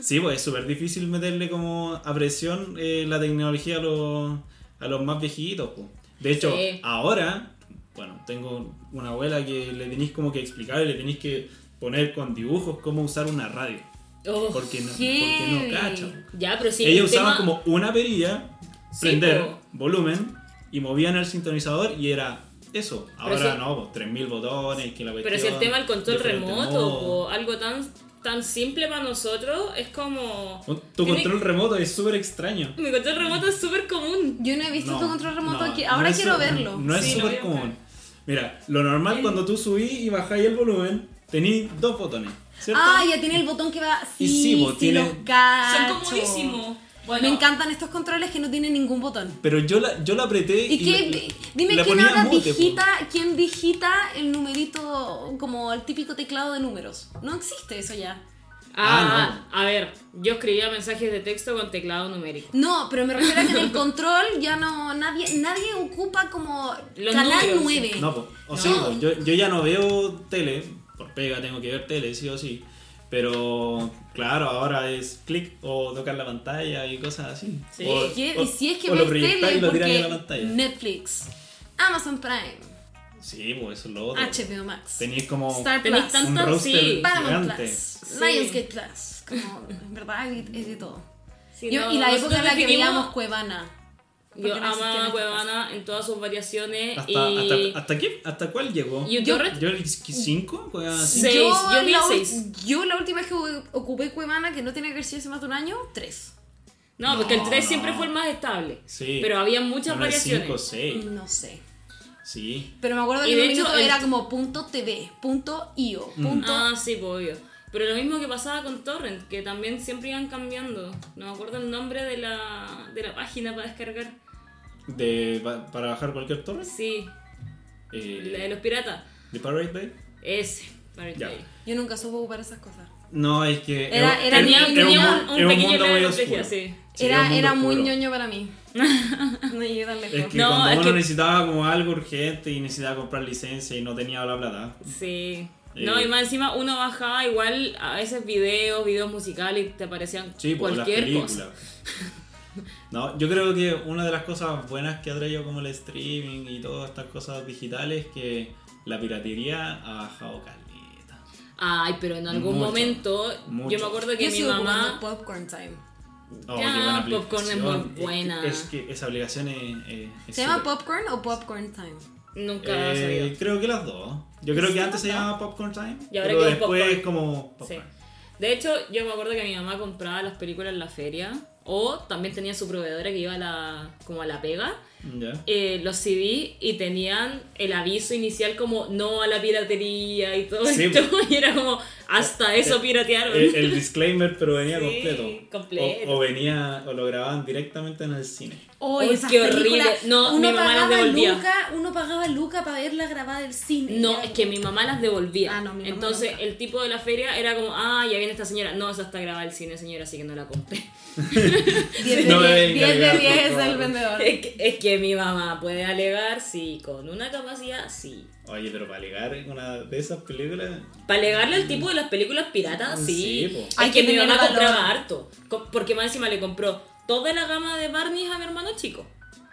Sí, pues es súper difícil meterle como a presión eh, la tecnología a los, a los más viejitos. po. De hecho,
Sí.
ahora, bueno, tengo una abuela que le tenéis como que explicar y le tenéis que poner con dibujos cómo usar una radio.
Oh,
Porque no, porque
heavy.
no cacha.
Ya, pero sí.
Ella
el tema-
usaba como una perilla,
Sí,
prender
po.
volumen y movían el sintonizador y era eso. Ahora
eso-
no, pues 3000 botones, que la
Pero si el
cuestión,
tema del control
diferente
remoto,
modo.
po, algo tan, tan simple para nosotros, es como.
Un- Tu
Tiene-
control remoto es súper extraño.
Mi control remoto es súper común.
Yo no he visto
No,
Este tu control remoto
no,
aquí.
no
Ahora
es
quiero
su-
verlo.
No es
Sí, lo voy
súper
a
común.
buscar.
Mira, lo normal cuando tú subís y bajáis el volumen, tenéis dos botones, ¿cierto?
Ah, ya tiene el botón que va. Sí,
Y sí,
sí,
vos, tiene-
los cacho.
Son comodísimos. Bueno,
Me encantan estos controles que no tienen ningún botón.
Pero yo la, yo la apreté y,
¿Y qué?
le-
Di- Dime
le
quién
ponía
ahora
mute, po.
digita, quién digita el numerito como el típico teclado de números. No existe eso ya.
Ah,
Ah,
a ver, yo escribía mensajes de texto con teclado numérico.
No, pero me refiero a que en el control ya no nadie nadie ocupa como
Los
canal
números,
9.
No, po. o sea,
No.
po, yo, yo ya no veo tele, por pega tengo que ver tele, sí o sí. Pero claro, ahora es clic o tocar la pantalla y cosas así.
Sí.
O-
Y
o-
y si es que
o lo
ves
proyectáis
tele
y lo tiráis a la
porque
pantalla.
Netflix, Amazon Prime,
Sí, pues eso es lo otro.
HBO Max,
Tenéis como
Star
Tenéis
Plus.
tanto-
un
tantas,
roster
sí.
Paramount
gigante.
Plus,
Sí.
Lionsgate Plus, como, en verdad es de- es de todo.
Sí,
Yo-
no,
y la
nosotros
época en la que
definimos-
veíamos Cuevana. porque
Yo
no existían
amaba
estas
Cuevana en todas sus variaciones
¿Hasta,
y.
hasta, hasta qué? ¿Hasta cuál llegó?
y
yo,
Torres.
yo el 5,
cosas.
Seis, yo vi
la, ul-
seis.
yo la última vez que ocupé Cuevana, que no tenía que haber sido hace más de un año, tres.
No, porque el
No,
3
no.
siempre fue el más estable.
Sí.
Pero había muchas variaciones. Mm.
5, 6.
No sé.
Sí.
Pero me acuerdo
Y
que en
de
un
hecho,
minuto
el-
era como punto .tv, punto .io, punto...
Ah, sí, pues obvio. Pero lo mismo que pasaba con Torrent, que también siempre iban cambiando. No me acuerdo el nombre de la, de la página para descargar.
De, pa- para bajar cualquier torre.
Sí. La de
eh,
los piratas.
The Pirate Bay.
Ese, Pirate
Ya.
Bay.
Yo nunca supe ocupar esas cosas.
No, es que.
Era-
es-
era
es-
niño-
es un,
niño,
mu-
un
es
pequeño
mundo
niño
muy
de
oscuro.
colegio, sí.
Sí,
era
un mundo
era muy
oscuro.
ñoño para mí. No llegué tan lejos.
Es que
No,
cuando
es
uno
que-
necesitaba como algo urgente y necesitaba comprar licencia y no tenía la plata.
Sí.
Eh.
No, y más encima uno bajaba igual a veces videos, videos musicales y te aparecían
Sí, por las
cualquier
películas.
cosa.
No, yo creo que una de las cosas buenas que ha traído como el streaming y todas estas cosas digitales es que la piratería ha bajado caleta.
Ay, pero en algún
Mucho,
momento,
mucho.
yo me acuerdo que
Yo
mi
sigo ocupando
mamá.
Popcorn Time.
Oh,
Ya,
qué buena
Popcorn es
aplicación.
muy
que-
buena.
Es que, esa aplicación es. es- es
¿Se llama
súper.
Popcorn o Popcorn Time?
Nunca
Eh,
sabía.
creo que las dos. Yo creo que antes se llamaba Popcorn Time.
Y ahora
pero
quedó
después
Popcorn.
es como.
Sí.
Popcorn.
De hecho, yo me acuerdo que mi mamá compraba las películas en la feria. O también tenía su proveedora que iba a la, como a la pega.
Ya.
eh, los CD y tenían el aviso inicial como no a la piratería y todo
Sí, pues. Eh,
esto. Y era como, hasta eso piratearon.
El, el disclaimer, pero venía
Sí,
completo.
completo.
O, o venía, o lo grababan directamente en el cine.
Uy, qué horrible. No, mi mamá las devolvía.
Luca, uno pagaba Luca para verla grabada del cine.
No,
Era
es que mi mamá las devolvía.
Ah, no, mi mamá
Entonces
nunca.
el tipo de la feria era como, ah, ya viene esta señora. No, esa está grabada el cine, señora, así que no la compré.
10
No me
de
venga
10,
a
10 de
alegar,
10
por
es el
favor.
vendedor.
es, que, es que mi mamá puede alegar, sí, con una capacidad, sí.
Oye, pero para ligar una de esas películas.
Para alegarle al tipo de las películas piratas, sí.
Mm, Sí, po.
es
Hay
que,
que
mi
tener
mamá
valor.
compraba harto. Co- Porque más encima le compró toda la gama de Barney a mi hermano chico.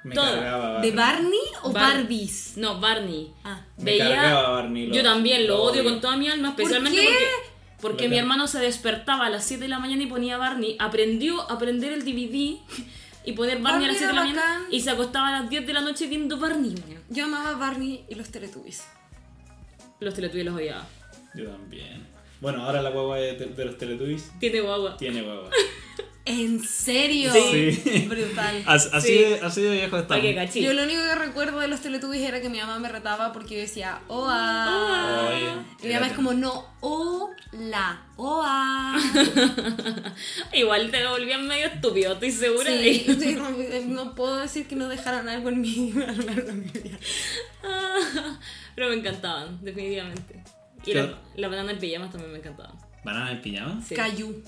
Me
Toda.
cargaba Barney.
¿De Barney o
Bar-
Barbies?
No, Barney.
Ah.
Me cargaba Barney, lo-
yo también lo
lo
odio
odio.
con toda mi alma, especialmente
qué?
porque porque
Lo
mi
car-
hermano se despertaba a las 7 de la mañana y ponía Barney, aprendió a aprender el DVD y poner Barney, a las
Barney
7 de la
era
mañana
bacán.
y se acostaba a las 10 de la noche viendo Barney. weón.
Yo amaba Barney y los Teletubbies.
Los Teletubbies los odiaba.
Yo también. Bueno, ahora la guagua de, de los Teletubbies
Tiene guagua.
tiene guagua.
¿En serio?
Sí. Ah,
Brutal.
As- así,
Sí.
de, así de viejo está.
Ay, qué cachín.
Yo lo único que recuerdo de los Teletubbies era que mi mamá me retaba porque yo decía
Ah.
oa.
Oye,
Y mi mamá es como no, hola, oa.
Igual te volvían medio estúpido, estoy segura.
Sí, sí, no, no puedo decir que no dejaron algo en mí a lo largo de mi vida.
Pero me encantaban, definitivamente. Y
Claro.
la, la banana en pijamas también me encantaban.
¿Banana en pijama?
Sí.
Cayú.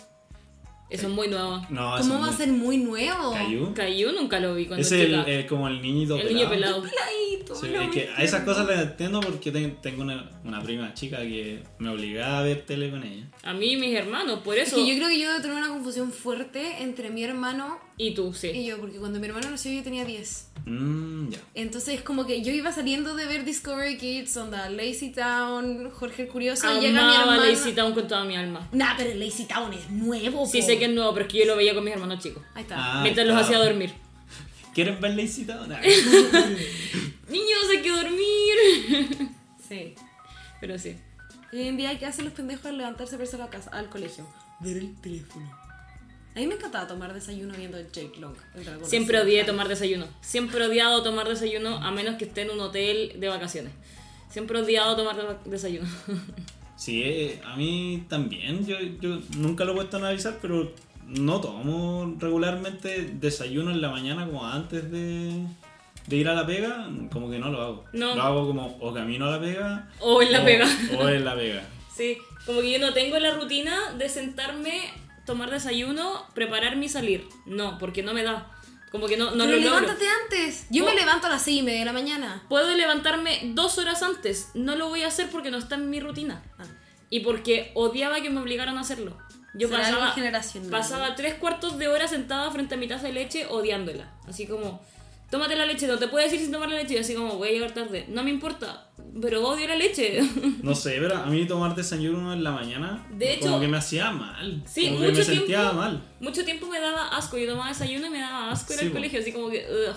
Eso es muy nuevo.
Ah, No,
¿Cómo va a ser muy nuevo?
¿Cayu?
Caillou nunca lo vi cuando
Es el, eh,
chica.
el- como el niñito
El niño pelado.
Peladito,
Sí,
no
es
me
que a esas
entiendo.
cosas las entiendo porque ten- tengo una, una prima chica que me obligaba a ver tele con ella.
A mí y mis hermanos, por
Es
eso.
que yo creo que yo debo tener una confusión fuerte entre mi hermano
Y tú, sí.
y yo, porque cuando mi hermano nació yo tenía 10.
Mmm, ya.
Entonces, como que yo iba saliendo de ver Discovery Kids, onda Lazy Town, Jorge el Curioso, y llega mi
Amaba
hermano.
Lazy Town con toda mi alma.
Nah, pero Lazy Town es nuevo.
Sí,
po.
sé que es nuevo, pero es que yo lo veía con mis hermanos chicos.
Ahí está.
Ah,
mientras los
claro.
hacía dormir.
¿Quieres ver Lazy Town? Ah.
Niños, hay que dormir.
Sí.
pero sí.
Y hoy en día, ¿qué hacen los pendejos al levantarse para irse a la casa, al colegio? Ver el teléfono. A mí me encantaba tomar desayuno viendo el Jake Long, el dragón.
Siempre
Así.
odié tomar desayuno. Siempre he odiado tomar desayuno a menos que esté en un hotel de vacaciones. Siempre he odiado tomar de- desayuno.
Sí, eh, a mí también. Yo, yo nunca lo he puesto a analizar, pero no tomo regularmente desayuno en la mañana como antes de, de ir a la pega. Como que no lo hago.
No.
Lo hago como o camino a la pega.
O en la pega.
O en la pega.
Sí, como que yo no tengo la rutina de sentarme, tomar desayuno, prepararme y salir. No, porque no me da. Como que no, no
pero
lo logro.
levántate antes. Yo me
Oh.
levanto a las 6 y media de la mañana.
Puedo levantarme dos horas antes. No lo voy a hacer porque no está en mi rutina.
Ah.
Y porque odiaba que me obligaran a hacerlo. Yo
Será algo
pasaba,
generacional.
pasaba tres cuartos de hora sentada frente a mi taza de leche odiándola. Así como, tómate la leche, no te puedes ir sin tomar la leche. Y así como, voy a llegar tarde. No me importa, pero odio la leche.
No sé, pero a mí tomar desayuno en la mañana
De
como
hecho-
que me hacía mal.
Sí,
como que
mucho
me sentía
tiempo.
mal.
Mucho tiempo me daba asco. Yo tomaba desayuno y me daba asco en
Sí,
el
po.
colegio. Así como que, ugh.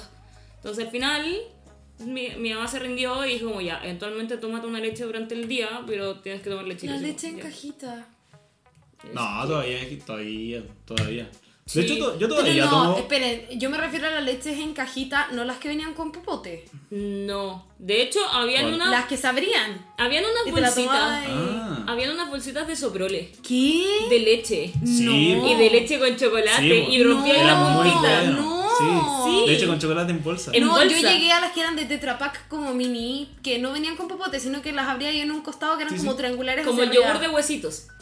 Entonces al final, mi, mi mamá se rindió y dijo, como ya, eventualmente tómate una leche durante el día, pero tienes que tomar leche. Y
la
yo así
leche
como,
en
ya.
cajita.
No, todavía, todavía, todavía.
Sí.
De hecho, to- yo
Pero
todavía
no,
tomo.
esperen, yo me refiero a las leches en cajita, no las que venían con popote.
No. De hecho, habían
¿Cuál?
una...
Las que sabrían.
Habían
Y
unas
te la tomabas
bolsitas.
ahí.
Ah,
Habían unas bolsitas de soprole.
¿Qué?
De leche.
sí.
No.
Y de leche con chocolate.
Sí,
y rompía
No.
la
Era muy
puntita.
bueno.
No,
Sí.
Sí.
De hecho, con chocolate en bolsa.
En-
no, yo
bolsa.
llegué a las que eran de Tetra Pak como mini, que no venían con popote, sino que las abría ahí en un costado que eran
Sí,
como
sí.
triangulares.
Como el
hacia
yogur de
arriba.
huesitos.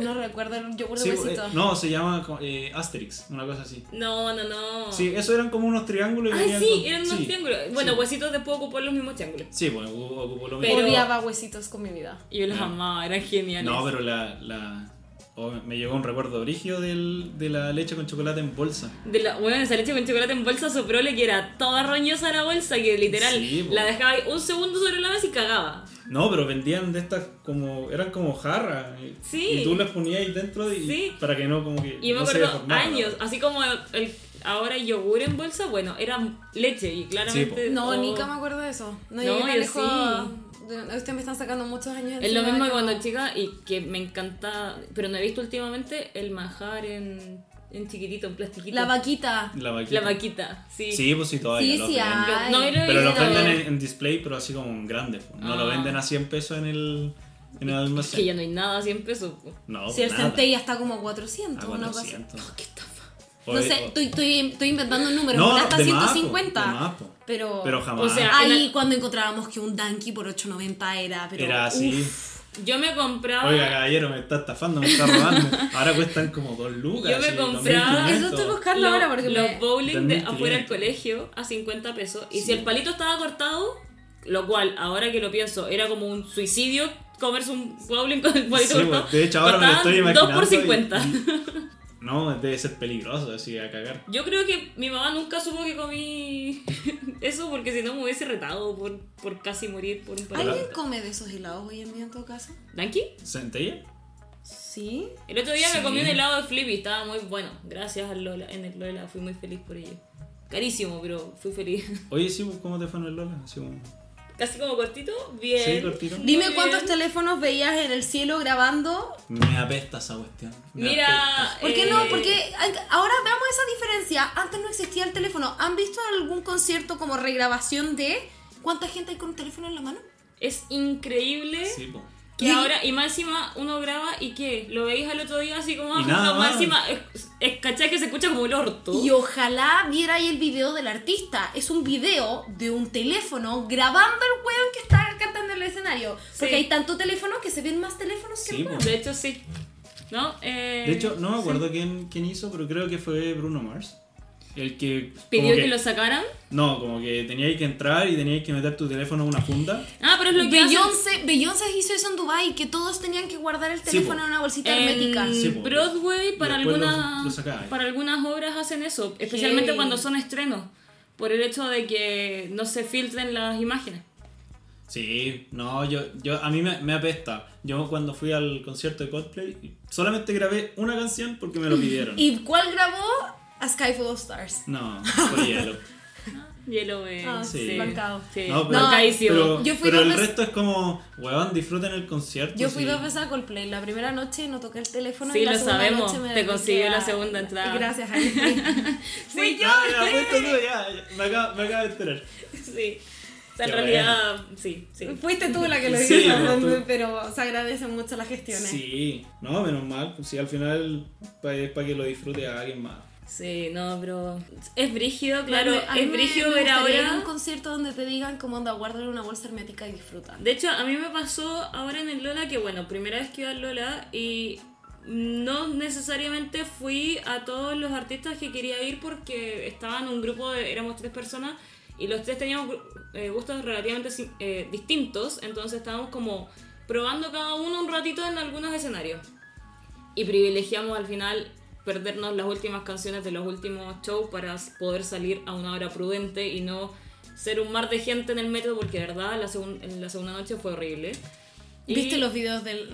No recuerdo el yogur de
Sí,
huesito.
eh, no, se llama eh, Asterix, una cosa así.
No, no, no.
Sí, eso eran como unos triángulos. y
Ah,
venían
sí,
con-
eran unos
sí,
triángulos. Bueno,
sí.
huesitos después ocupó los mismos triángulos.
Sí, bueno, ocupo, ocupo lo
Pero-
mismo.
Odiaba huesitos con mi vida.
Y yo los
Ah.
amaba, eran geniales.
No, pero la. la- oh, me llegó un recuerdo origio del, de la leche con chocolate en bolsa.
De la, bueno, esa leche con chocolate en bolsa soprole que era toda roñosa la bolsa, que literal
Sí, po.
la dejaba ahí un segundo sobre la mesa y cagaba.
No, pero vendían de estas como. eran como jarras. y-
Sí.
Y tú las ponías ahí dentro y,
Sí.
para que no como que.
Y yo me
no se
acuerdo
deformara.
años, así como el, el- ahora yogur en bolsa, bueno, era leche y claramente.
po.
No,
oh.
nunca me acuerdo de eso. No,
No,
llegué tan
yo
lejos.
sí.
de- Ustedes me están sacando muchos años.
Es lo
encima
mismo
de
que cuando
no.
chica y que me encanta, pero no he visto últimamente el manjar en, en chiquitito, en plastiquito.
La vaquita.
La vaquita.
La vaquita, sí.
Sí, pues sí, todavía.
Sí,
lo
sí,
venden.
hay.
No, era-
Pero lo
Pero-
venden en, en display, pero así como en grande. pues. No lo
Ah.
venden a 100 pesos en el,
Es
en el
que
almacén.
ya no hay nada a 100 pesos. po.
No,
Si el
nada. Ah,
centella está como a 400,
A
una cosa.
400.
Qué estafa.
No sé, estoy, estoy, estoy inventando un número,
No,
quizás hasta
de más, po,
150.
de más, po.
pero
Pero jamás.
O sea,
ahí
en la-
cuando encontrábamos que un Danky por 890 era, pero
Era así.
uf,
Yo me compraba.
Oiga, caballero, me está estafando, me está robando. Ahora cuestan como dos lucas.
Yo me
así,
compraba-
2.500.
ah, Eso estoy buscando
Lo-
ahora porque
los
me-
bowling de
2500.
afuera del colegio a 50 pesos. Y si
Sí.
el palito estaba cortado, lo cual ahora que lo pienso era como un suicidio comerse un bowling con el palito
Sí,
cortado.
pues, de hecho, ahora me lo
costaban
estoy imaginando
dos por
y-
50.
No, debe ser peligroso, así a cagar.
Yo creo que mi mamá nunca supo que comí eso porque si no me hubiese retado por, por casi morir por un palito.
¿Alguien come de esos helados hoy en día en todo caso?
¿Danky?
¿Centella?
Sí.
El otro día
Sí.
me comí un helado de Flippy, estaba muy bueno. Gracias al Lola, en el Lola, fui muy feliz por ello. Carísimo, pero fui feliz.
Oye, sí, pues, ¿cómo te fue en el Lola? Así como-
Casi como cortito, bien.
Sí, cortito.
Muy
Dime
bien.
cuántos teléfonos veías en el cielo grabando.
Me apesta esa cuestión. me apesta.
Mira.
¿Por qué
eh,
no? Porque an- ahora veamos esa diferencia. Antes no existía el teléfono. ¿Han visto algún concierto como regrabación de cuánta gente hay con un teléfono en la mano?
Es increíble
Sí, pues.
que
Y-
ahora, y más encima uno graba y que lo veis al otro día así como
Y
ah,
nada
no, más
más.
encima es, es- ¿cachai? que se escucha como el orto.
Y ojalá viera ahí el video del artista. Es un video de un teléfono grabando el weón que está cantando en el escenario. Porque
Sí.
hay tanto teléfono que se ven más teléfonos que
Sí,
el
po.
weón.
De hecho, sí. ¿No? Eh,
De hecho, no me acuerdo quién, quién hizo, pero creo que fue Bruno Mars. El que. como
Pidió que, lo sacaran.
No, como que teníais que entrar y teníais que meter tu teléfono en una funda.
Ah, pero es lo que hacen
Beyoncé, Beyoncé hizo eso en Dubai que todos tenían que guardar el
Sí,
teléfono
po.
en una bolsita hermética.
En
Sí, po.
Broadway para
Después lo-
algunas
lo sacáis.
para algunas obras hacen eso, especialmente
Heavy.
cuando son estrenos, por el hecho de que no se filtren las imágenes.
Sí, no, yo, yo a mí me, me apesta. Yo cuando fui al concierto de Coldplay, solamente grabé una canción porque me lo pidieron.
¿Y cuál grabó? A Sky Full of Stars.
No, fue hielo.
Hielo es
Ah,
sí.
bancado.
E. Sí.
No, pero,
Bancadísimo.
pero,
Yo fui
pero
dos
el
veces-
resto es como, weón, disfruten el concierto.
Yo fui
Pues sí.
dos veces a Coldplay. La primera noche no toqué el teléfono.
Sí,
y la
lo
segunda
sabemos.
noche me
Te consiguió
dediqué
la
a-
segunda entrada.
Gracias, Ari.
Sí,
Ya, ya, apuesta tú, ya, ya, me acabo, me acabo de enterar.
Sí. O sea, en
Qué
realidad, sí, sí.
Fuiste tú la que lo hizo,
Sí,
pero,
tú.
se agradecen mucho las gestiones.
Sí, no, menos mal. Si al final pa- es para que lo disfrute a alguien más.
Sí, no, pero es brígido, claro,
Me- a mí
es
me-
brígido
me
ver
gustaría ir a un
ahora.
concierto donde te digan cómo anda, guárdale una bolsa hermética y disfruta.
De hecho, a mí me pasó ahora en el Lola que, bueno, primera vez que iba al Lola y no necesariamente fui a todos los artistas que quería ir porque estaban un grupo de, éramos tres personas y los tres teníamos gru- eh, gustos relativamente si- eh, distintos, entonces estábamos como probando cada uno un ratito en algunos escenarios. y privilegiamos al final perdernos las últimas canciones de los últimos shows para poder salir a una hora prudente y no ser un mar de gente en el metro porque de verdad la, segun- en la segunda noche fue horrible. Y-
¿Viste los videos del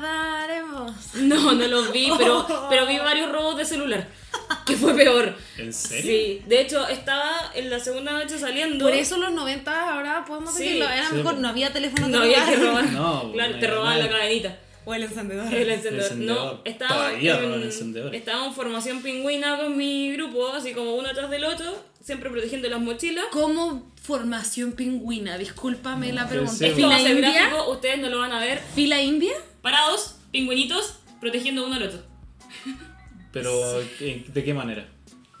nadaremos?
No, no los vi, pero, pero vi varios robos de celular, que fue peor.
¿En serio?
Sí, de hecho estaba en la segunda noche saliendo.
Por eso los 90 ahora podemos
Sí.
decirlo, era
Sí,
mejor,
po.
no había teléfono
no había que robar.
No,
claro, te
bueno,
robaban la
mal.
cadenita.
O el encendedor.
El encendedor.
encendedor.
No, estaba
Todavía
en,
roban encendedores.
estaba en formación pingüina con mi grupo, así como uno atrás del otro, siempre protegiendo las mochilas.
Como formación pingüina, discúlpame la pregunta.
sí, po.
Esto va a
¿Fila
ser
india?
gráfico, ustedes no lo van a ver.
¿Fila india?
Parados, pingüinitos, protegiendo uno al otro.
Pero, ¿en- ¿de qué manera?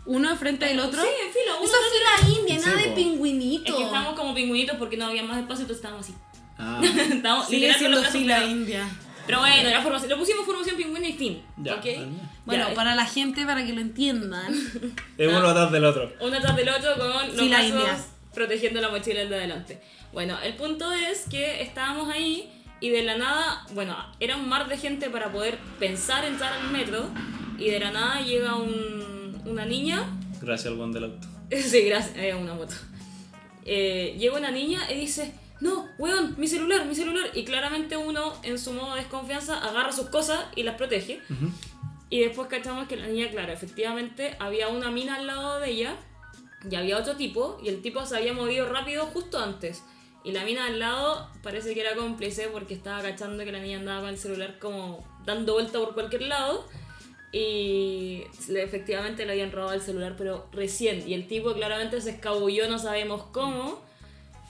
uno enfrente del otro.
Sí, en filo, uno
Eso
tras
es fila india,
Sí,
nada de
po.
Es
pingüinito.
que estábamos como pingüinitos porque no había más espacio, entonces estábamos así.
Ah,
estábamos
Sigue
literal con los
siendo
brazos
fila
pegados.
india.
Pero bueno, era formación. Lo pusimos formación pingüina y fin.
Ya,
¿ok?
vale.
Bueno,
Ya,
para la gente, para que lo entiendan.
es uno atrás del otro.
Una tras del otro con los
Fila
brazos
india.
protegiendo la mochila del de adelante. Bueno, el punto es que estábamos ahí y de la nada, bueno, era un mar de gente para poder pensar entrar al metro y de la nada llega un, una niña
Gracias al buen del auto.
Sí, gracias. Era una moto. Eh, llega una niña y dice, no, weón, mi celular, mi celular. Y claramente uno, en su modo de desconfianza, agarra sus cosas y las protege. Y después cachamos que la niña, claro, efectivamente había una mina al lado de ella y había otro tipo y el tipo se había movido rápido justo antes. Y la mina al lado parece que era cómplice porque estaba cachando que la niña andaba con el celular como dando vuelta por cualquier lado. Y le- efectivamente le habían robado el celular, pero recién. Y el tipo claramente se escabulló, no sabemos cómo.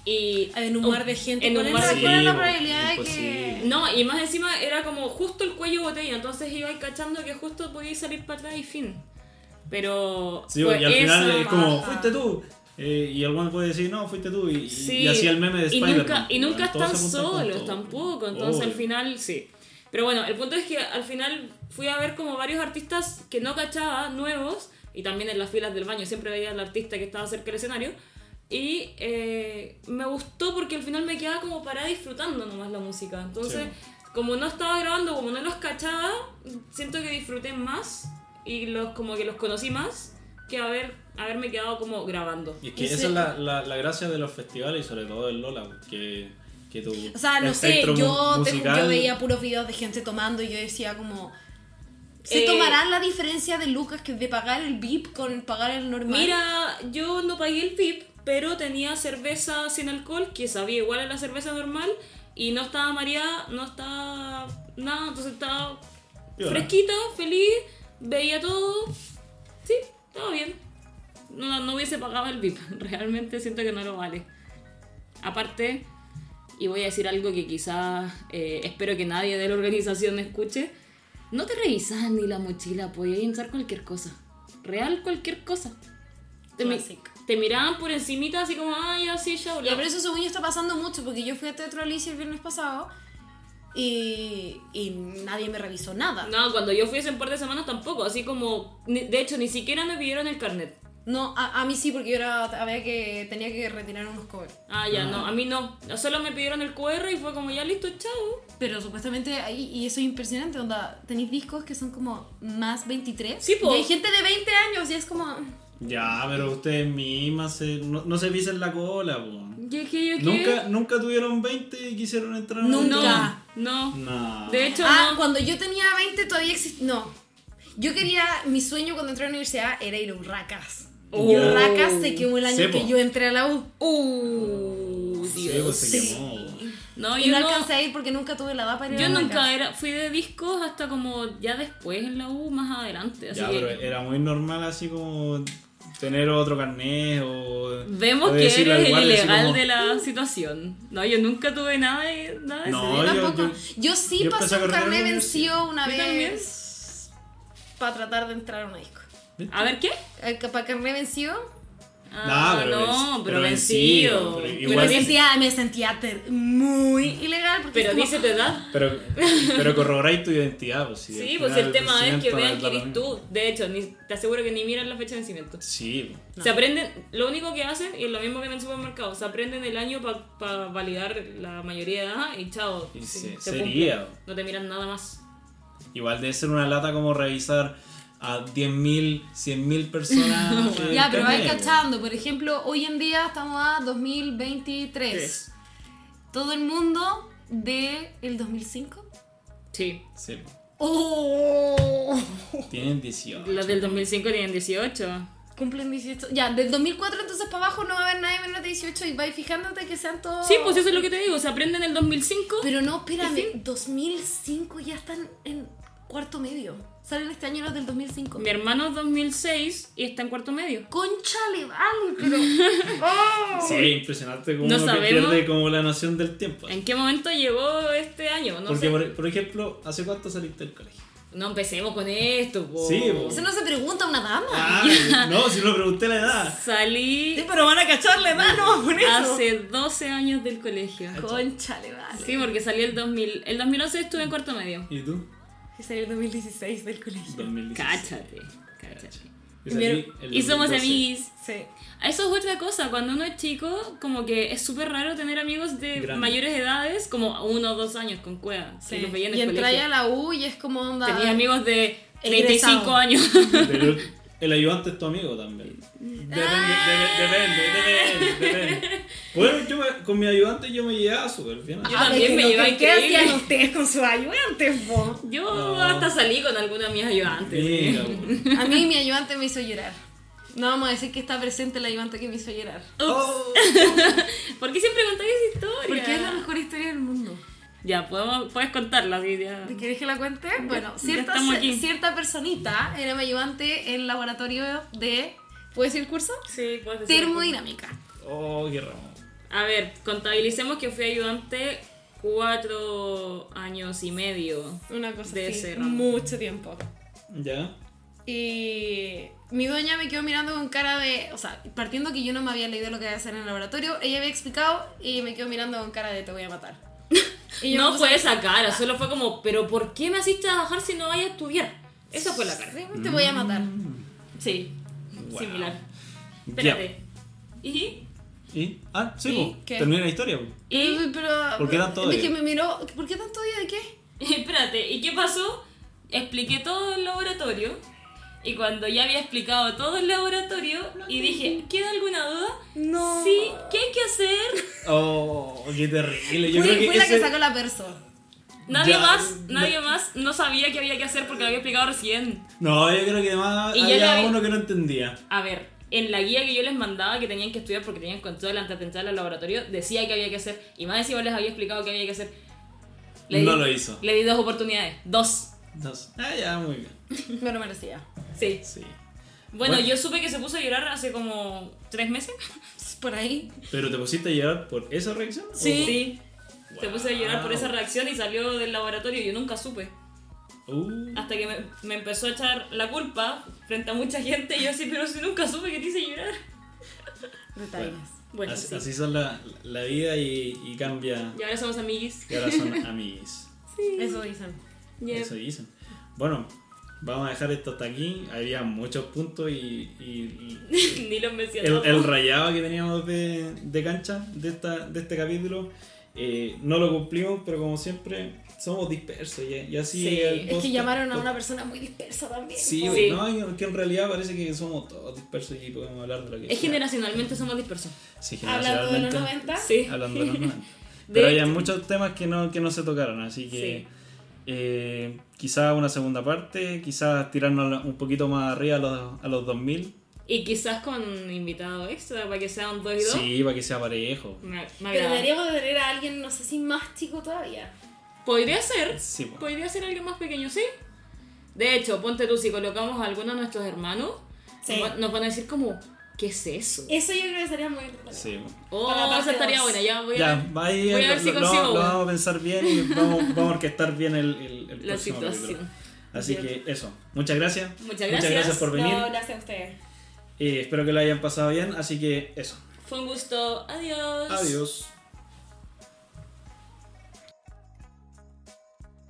Y
En un mar de gente.
Oh, En un
¿Cuál
mar de-
es la, cuál es la
Sí,
probabilidad de
imposible.
que.?
No, y más encima era como justo el cuello botella, entonces iba cachando que justo podía salir para atrás y fin. Pero.
Sí,
fue
y al final
eso.
es como,
pasa.
fuiste tú. Eh, y alguno puede decir, no, fuiste tú. Y,
Sí.
y hacía el meme de
Y
Spider-Man.
nunca, y
Bueno,
nunca
todos
están
se apuntan con
solos
todo.
tampoco, entonces al
Obvio.
final sí. Pero bueno, el punto es que al final fui a ver como varios artistas que no cachaba, nuevos, y también en las filas del baño, siempre veía al artista que estaba cerca del escenario. Y eh, me gustó porque al final me quedaba como parada disfrutando nomás la música. Entonces, como no estaba grabando, como no los cachaba, siento que disfruté más y los como que los conocí más que haber, haberme quedado como grabando.
Y es que
Y
esa
se-
es la, la, la gracia de los festivales y sobre todo del Lola, que, que tu
O sea, no sé,
espectro mu-
yo, te-
musical-
yo veía puros videos de gente tomando y yo decía como... ¿Se
Eh,
tomarán la diferencia de lucas que de pagar el VIP con pagar el normal?
Mira, yo no pagué el VIP, pero tenía cerveza sin alcohol, que sabía igual a la cerveza normal, y no estaba mareada, no estaba nada, entonces estaba
Piola.
fresquita, feliz, veía todo. Sí, estaba bien. No, no hubiese pagado el VIP, realmente siento que no lo vale. Aparte, y voy a decir algo que quizás eh, espero que nadie de la organización escuche, no te revisas ni la mochila, pues, podías hinchar cualquier cosa. Real cualquier cosa. Te, mi-
Clásico.
te miraban por encimita así como, ay, ya sí, ya,
Ya, pero eso según yo está pasando mucho porque yo fui a Teatro Alicia el viernes pasado y, y nadie me revisó nada. No,
No, cuando yo fui hace un par de semanas tampoco, así como, ni- de hecho, ni siquiera me pidieron el carnet.
a, a mí sí porque yo era, había que, tenía que retirar unos covers.
Ah, ya, no, a mí no. Solo me pidieron el QR y fue como, ya listo, chao.
Pero supuestamente ahí, y eso es impresionante, onda, tenéis discos que son como más 23.
Sí, po.
Y hay gente de 20 años y es como...
Ya, pero ustedes mismas se- no, no se pisen la cola, po.
Y es que yo, ¿qué?
¿Nunca, ¿Nunca tuvieron 20 y quisieron entrar? a un-
Nunca.
No, no.
No.
De hecho,
ah,
no.
cuando yo tenía 20 todavía existía. No. Yo quería. Mi sueño cuando entré a la universidad era ir a Urracas. Y
Oh.
Urracas se quemó el año
Sepo.
que yo entré a la U.
Uh,
Sí,
Dios.
pues, se
Sí.
quemó, po.
No,
y no,
yo no.
alcancé a ir porque nunca tuve la edad para ir a
Yo
Urracas.
nunca era, fui de discos hasta como ya después en la U, más adelante. Así
Ya,
que
pero era muy normal así como tener otro carnet o...
vemos
o
que
decirle al
eres el
guardia así
ilegal
como-
de la situación. No, yo nunca tuve nada de, nada de eso.
No,
Yo
yo-
tampoco. Yo,
yo-
sí
yo empecé
pasé
a
un
carretear en
carnet
la
vencido una
Yo también.
vez. Para tratar de entrar a una disco. Eh,
A ver, ¿qué?
Para carnet vencido.
Ah,
pero
no,
venc-
pero
pero
vencido.
vencido, pero
Pero
igual-
me
dice-
sentía, me sentía ter- muy ilegal porque
Pero
es como-
dice tu edad.
Pero, pero corroboráis tu identidad, pues sí.
Sí,
al
pues
final
el tema es que
vencimiento
vean
da
quién
lo
eres
mismo.
tú. De hecho, ni, te aseguro que ni miran la fecha de vencimiento.
Sí, po.
Se aprenden, lo único que hacen, y es lo mismo que en el supermercado, se aprenden el año para validar la mayoría de edad y chao.
Y
sí,
se-
te
sería.
cumplen. No te miran nada más.
Igual debe ser una lata como revisar a 10.000, 100.000 personas. el
Ya, pero vais
carnet, po.
cachando. Por ejemplo, hoy en día estamos a 2023.
Tres.
Todo el mundo de el 2005.
Sí.
Sí, po.
¡Oh!
tienen 18.
Los del 2005 tienen 18.
Cumplen 18. Ya, del 2004 entonces para abajo no va a haber nadie menos de 18 y vais fijándote que sean todos...
Sí, pues eso es lo que te digo, se aprenden el 2005.
Pero no, espérame. 2005 ya están en cuarto medio. Salen este año los del 2005.
Mi hermano es 2006 y está en cuarto medio.
Concha le vale, pero... Oh.
Sí, impresionante cómo
No
uno que
sabemos.
pierde como la noción del tiempo.
¿En qué momento llegó este año? No
Porque,
sé.
por, por ejemplo, ¿hace cuánto saliste del colegio?
No empecemos con esto, po.
Sí, po.
Eso no se pregunta a una dama.
Ah, no, si no pregunté la edad.
Salí
pero van a cacharle mano con
hace 12 años del colegio.
Conchale, vale.
Sí, porque salí el 2000. El 2011 estuve en cuarto medio.
¿Y tú?
Que salió en 2016 del colegio.
2016.
Cáchate, cáchate.
Yo salí el
Y somos
2012.
amiguis.
Sí.
Eso es otra cosa, cuando uno es chico, como que es súper raro tener amigos de
Grande.
mayores edades, como uno o dos años con cueva, que los
Y
veía en el
entráis a
colegio.
la U y es como onda.
Tenía amigos de
Egresado.
35 años.
Pero el ayudante es tu amigo también. Depende, debe- depende, depende, depende. Bueno, yo me- con mi ayudante yo me llevaba súper bien.
Yo
Ah,
también
pero
me
no,
llevaba
¿qué- ¿Qué
increíble.
hacían ustedes con sus ayudantes, po?
Yo
No.
hasta salí con alguna de mis ayudantes.
Mira, bueno.
A mí mi ayudante me hizo llorar. No vamos a decir que está presente el ayudante que me hizo llorar.
Oh.
¿Por qué siempre contáis esa historia?
Porque es la mejor historia del mundo.
Ya, podemos, puedes contarla. sí, ya.
¿De ¿Querés que la cuente? Bueno, cierta,
estamos aquí.
cierta personita era mi ayudante en el laboratorio de. ¿Puedes decir curso?
Sí, puedes decir.
Termodinámica.
Oh, qué ramo.
A ver, contabilicemos que fui ayudante cuatro años y medio.
Una cosa
De
así.
ese ramo.
Mucho tiempo.
Ya.
Y mi dueña me quedó mirando con cara de. O sea, partiendo que yo no me había leído lo que había que hacer en el laboratorio, ella había explicado y me quedó mirando con cara de te voy a matar. Y yo
no
me
fue
puse-
esa cara, solo fue como, pero ¿por qué me hacís trabajar si no vaya a estudiar? Esa fue Mm. la cara.
Te voy a matar.
Sí,
Wow.
similar.
Ya.
Espérate. ¿Y?
¿Y? Ah, sí,
¿Y?
po.
¿Qué?
termina la historia. po.
¿Y?
Uy, Pero,
¿Por qué tanto
Es
odio?
que me miró. ¿Por qué tanto odio de qué?
Espérate, ¿y qué pasó? Expliqué todo el laboratorio y cuando ya había explicado todo el laboratorio y dije, ¿queda alguna duda?
No.
Sí, ¿qué hay que hacer?
Oh, qué terrible. Yo
Fui,
creo que
fui la que
ese-
sacó la perso.
Nadie
Ya,
más,
no.
nadie más no sabía qué había que hacer porque lo había explicado recién.
No, yo creo que además
Y yo
había
la vi-
uno que no entendía.
A ver, en la guía que yo les mandaba que tenían que estudiar porque tenían control antes de entrar al laboratorio, decía que había que hacer y más encima les había explicado que había que hacer.
No lo hizo.
Le di dos oportunidades. Dos.
Entonces, ah, ya, muy bien.
Me lo merecía.
Sí.
Sí.
Bueno,
Bueno.
yo supe que se puso a llorar hace como tres meses.
Por ahí.
¿Pero te pusiste a llorar por esa reacción? o-
Sí. Se puso a llorar por esa reacción y salió del laboratorio. Yo nunca supe.
Uh,
Hasta que me, me empezó a echar la culpa frente a mucha gente. Y yo así, pero si nunca supe que te hice llorar.
Detalles.
Bueno,
así,
sí.
así son la, la vida y, y cambia.
Y ahora somos amiguis.
Y ahora son amiguis.
Eso dicen.
Yeah.
Eso dicen. Bueno, vamos a dejar esto hasta aquí. Había muchos puntos y, y- y
Ni los mencioné.
el, el rayado que teníamos de, de cancha de, esta, de este capítulo. eh, no lo cumplimos, pero como siempre, somos dispersos y, y así
Sí.
el
Es
Es que
podcast-
llamaron a una persona muy dispersa también.
Sí,
po.
Sí.
no, y que en realidad parece que somos todos dispersos y podemos hablar de lo que
Es generacionalmente somos dispersos.
Sí,
Hablando de los
generacionalmente.
90.
Sí.
Hablando de los 90.
De
Pero había
hecho.
muchos temas que no, que no se tocaron, así que
Sí.
eh, quizás una segunda parte, quizás tirarnos un poquito más arriba a los, a los 2000.
Y quizás con invitado extra para que sea un 2 y 2.
Sí, para que sea parejo.
Me, me
Pero
agrada.
deberíamos de tener a alguien, no sé si más chico todavía.
Podría ser.
Sí, po.
Podría ser alguien más pequeño, sí. De hecho, ponte tú, si colocamos a alguno de nuestros hermanos,
Sí.
nos va- nos van a decir como, ¿qué es eso?
Eso yo creo que sería muy entretenido.
Sí, po.
Oh,
Para la parte
esa estaría
dos.
buena, ya voy a
Ya,
ver,
va ahí,
voy a ver
lo-
si
lo-
consigo
lo
una.
vamos a pensar bien y vamos, vamos a orquestar bien el, el, el
la
próximo capítulo.
situación.
Así que eso, muchas gracias.
Muchas
Muchas gracias
gracias.
por venir.
No, gracias a ustedes.
Eh, espero que lo hayan pasado bien, así que eso.
Fue un gusto, adiós.
Adiós.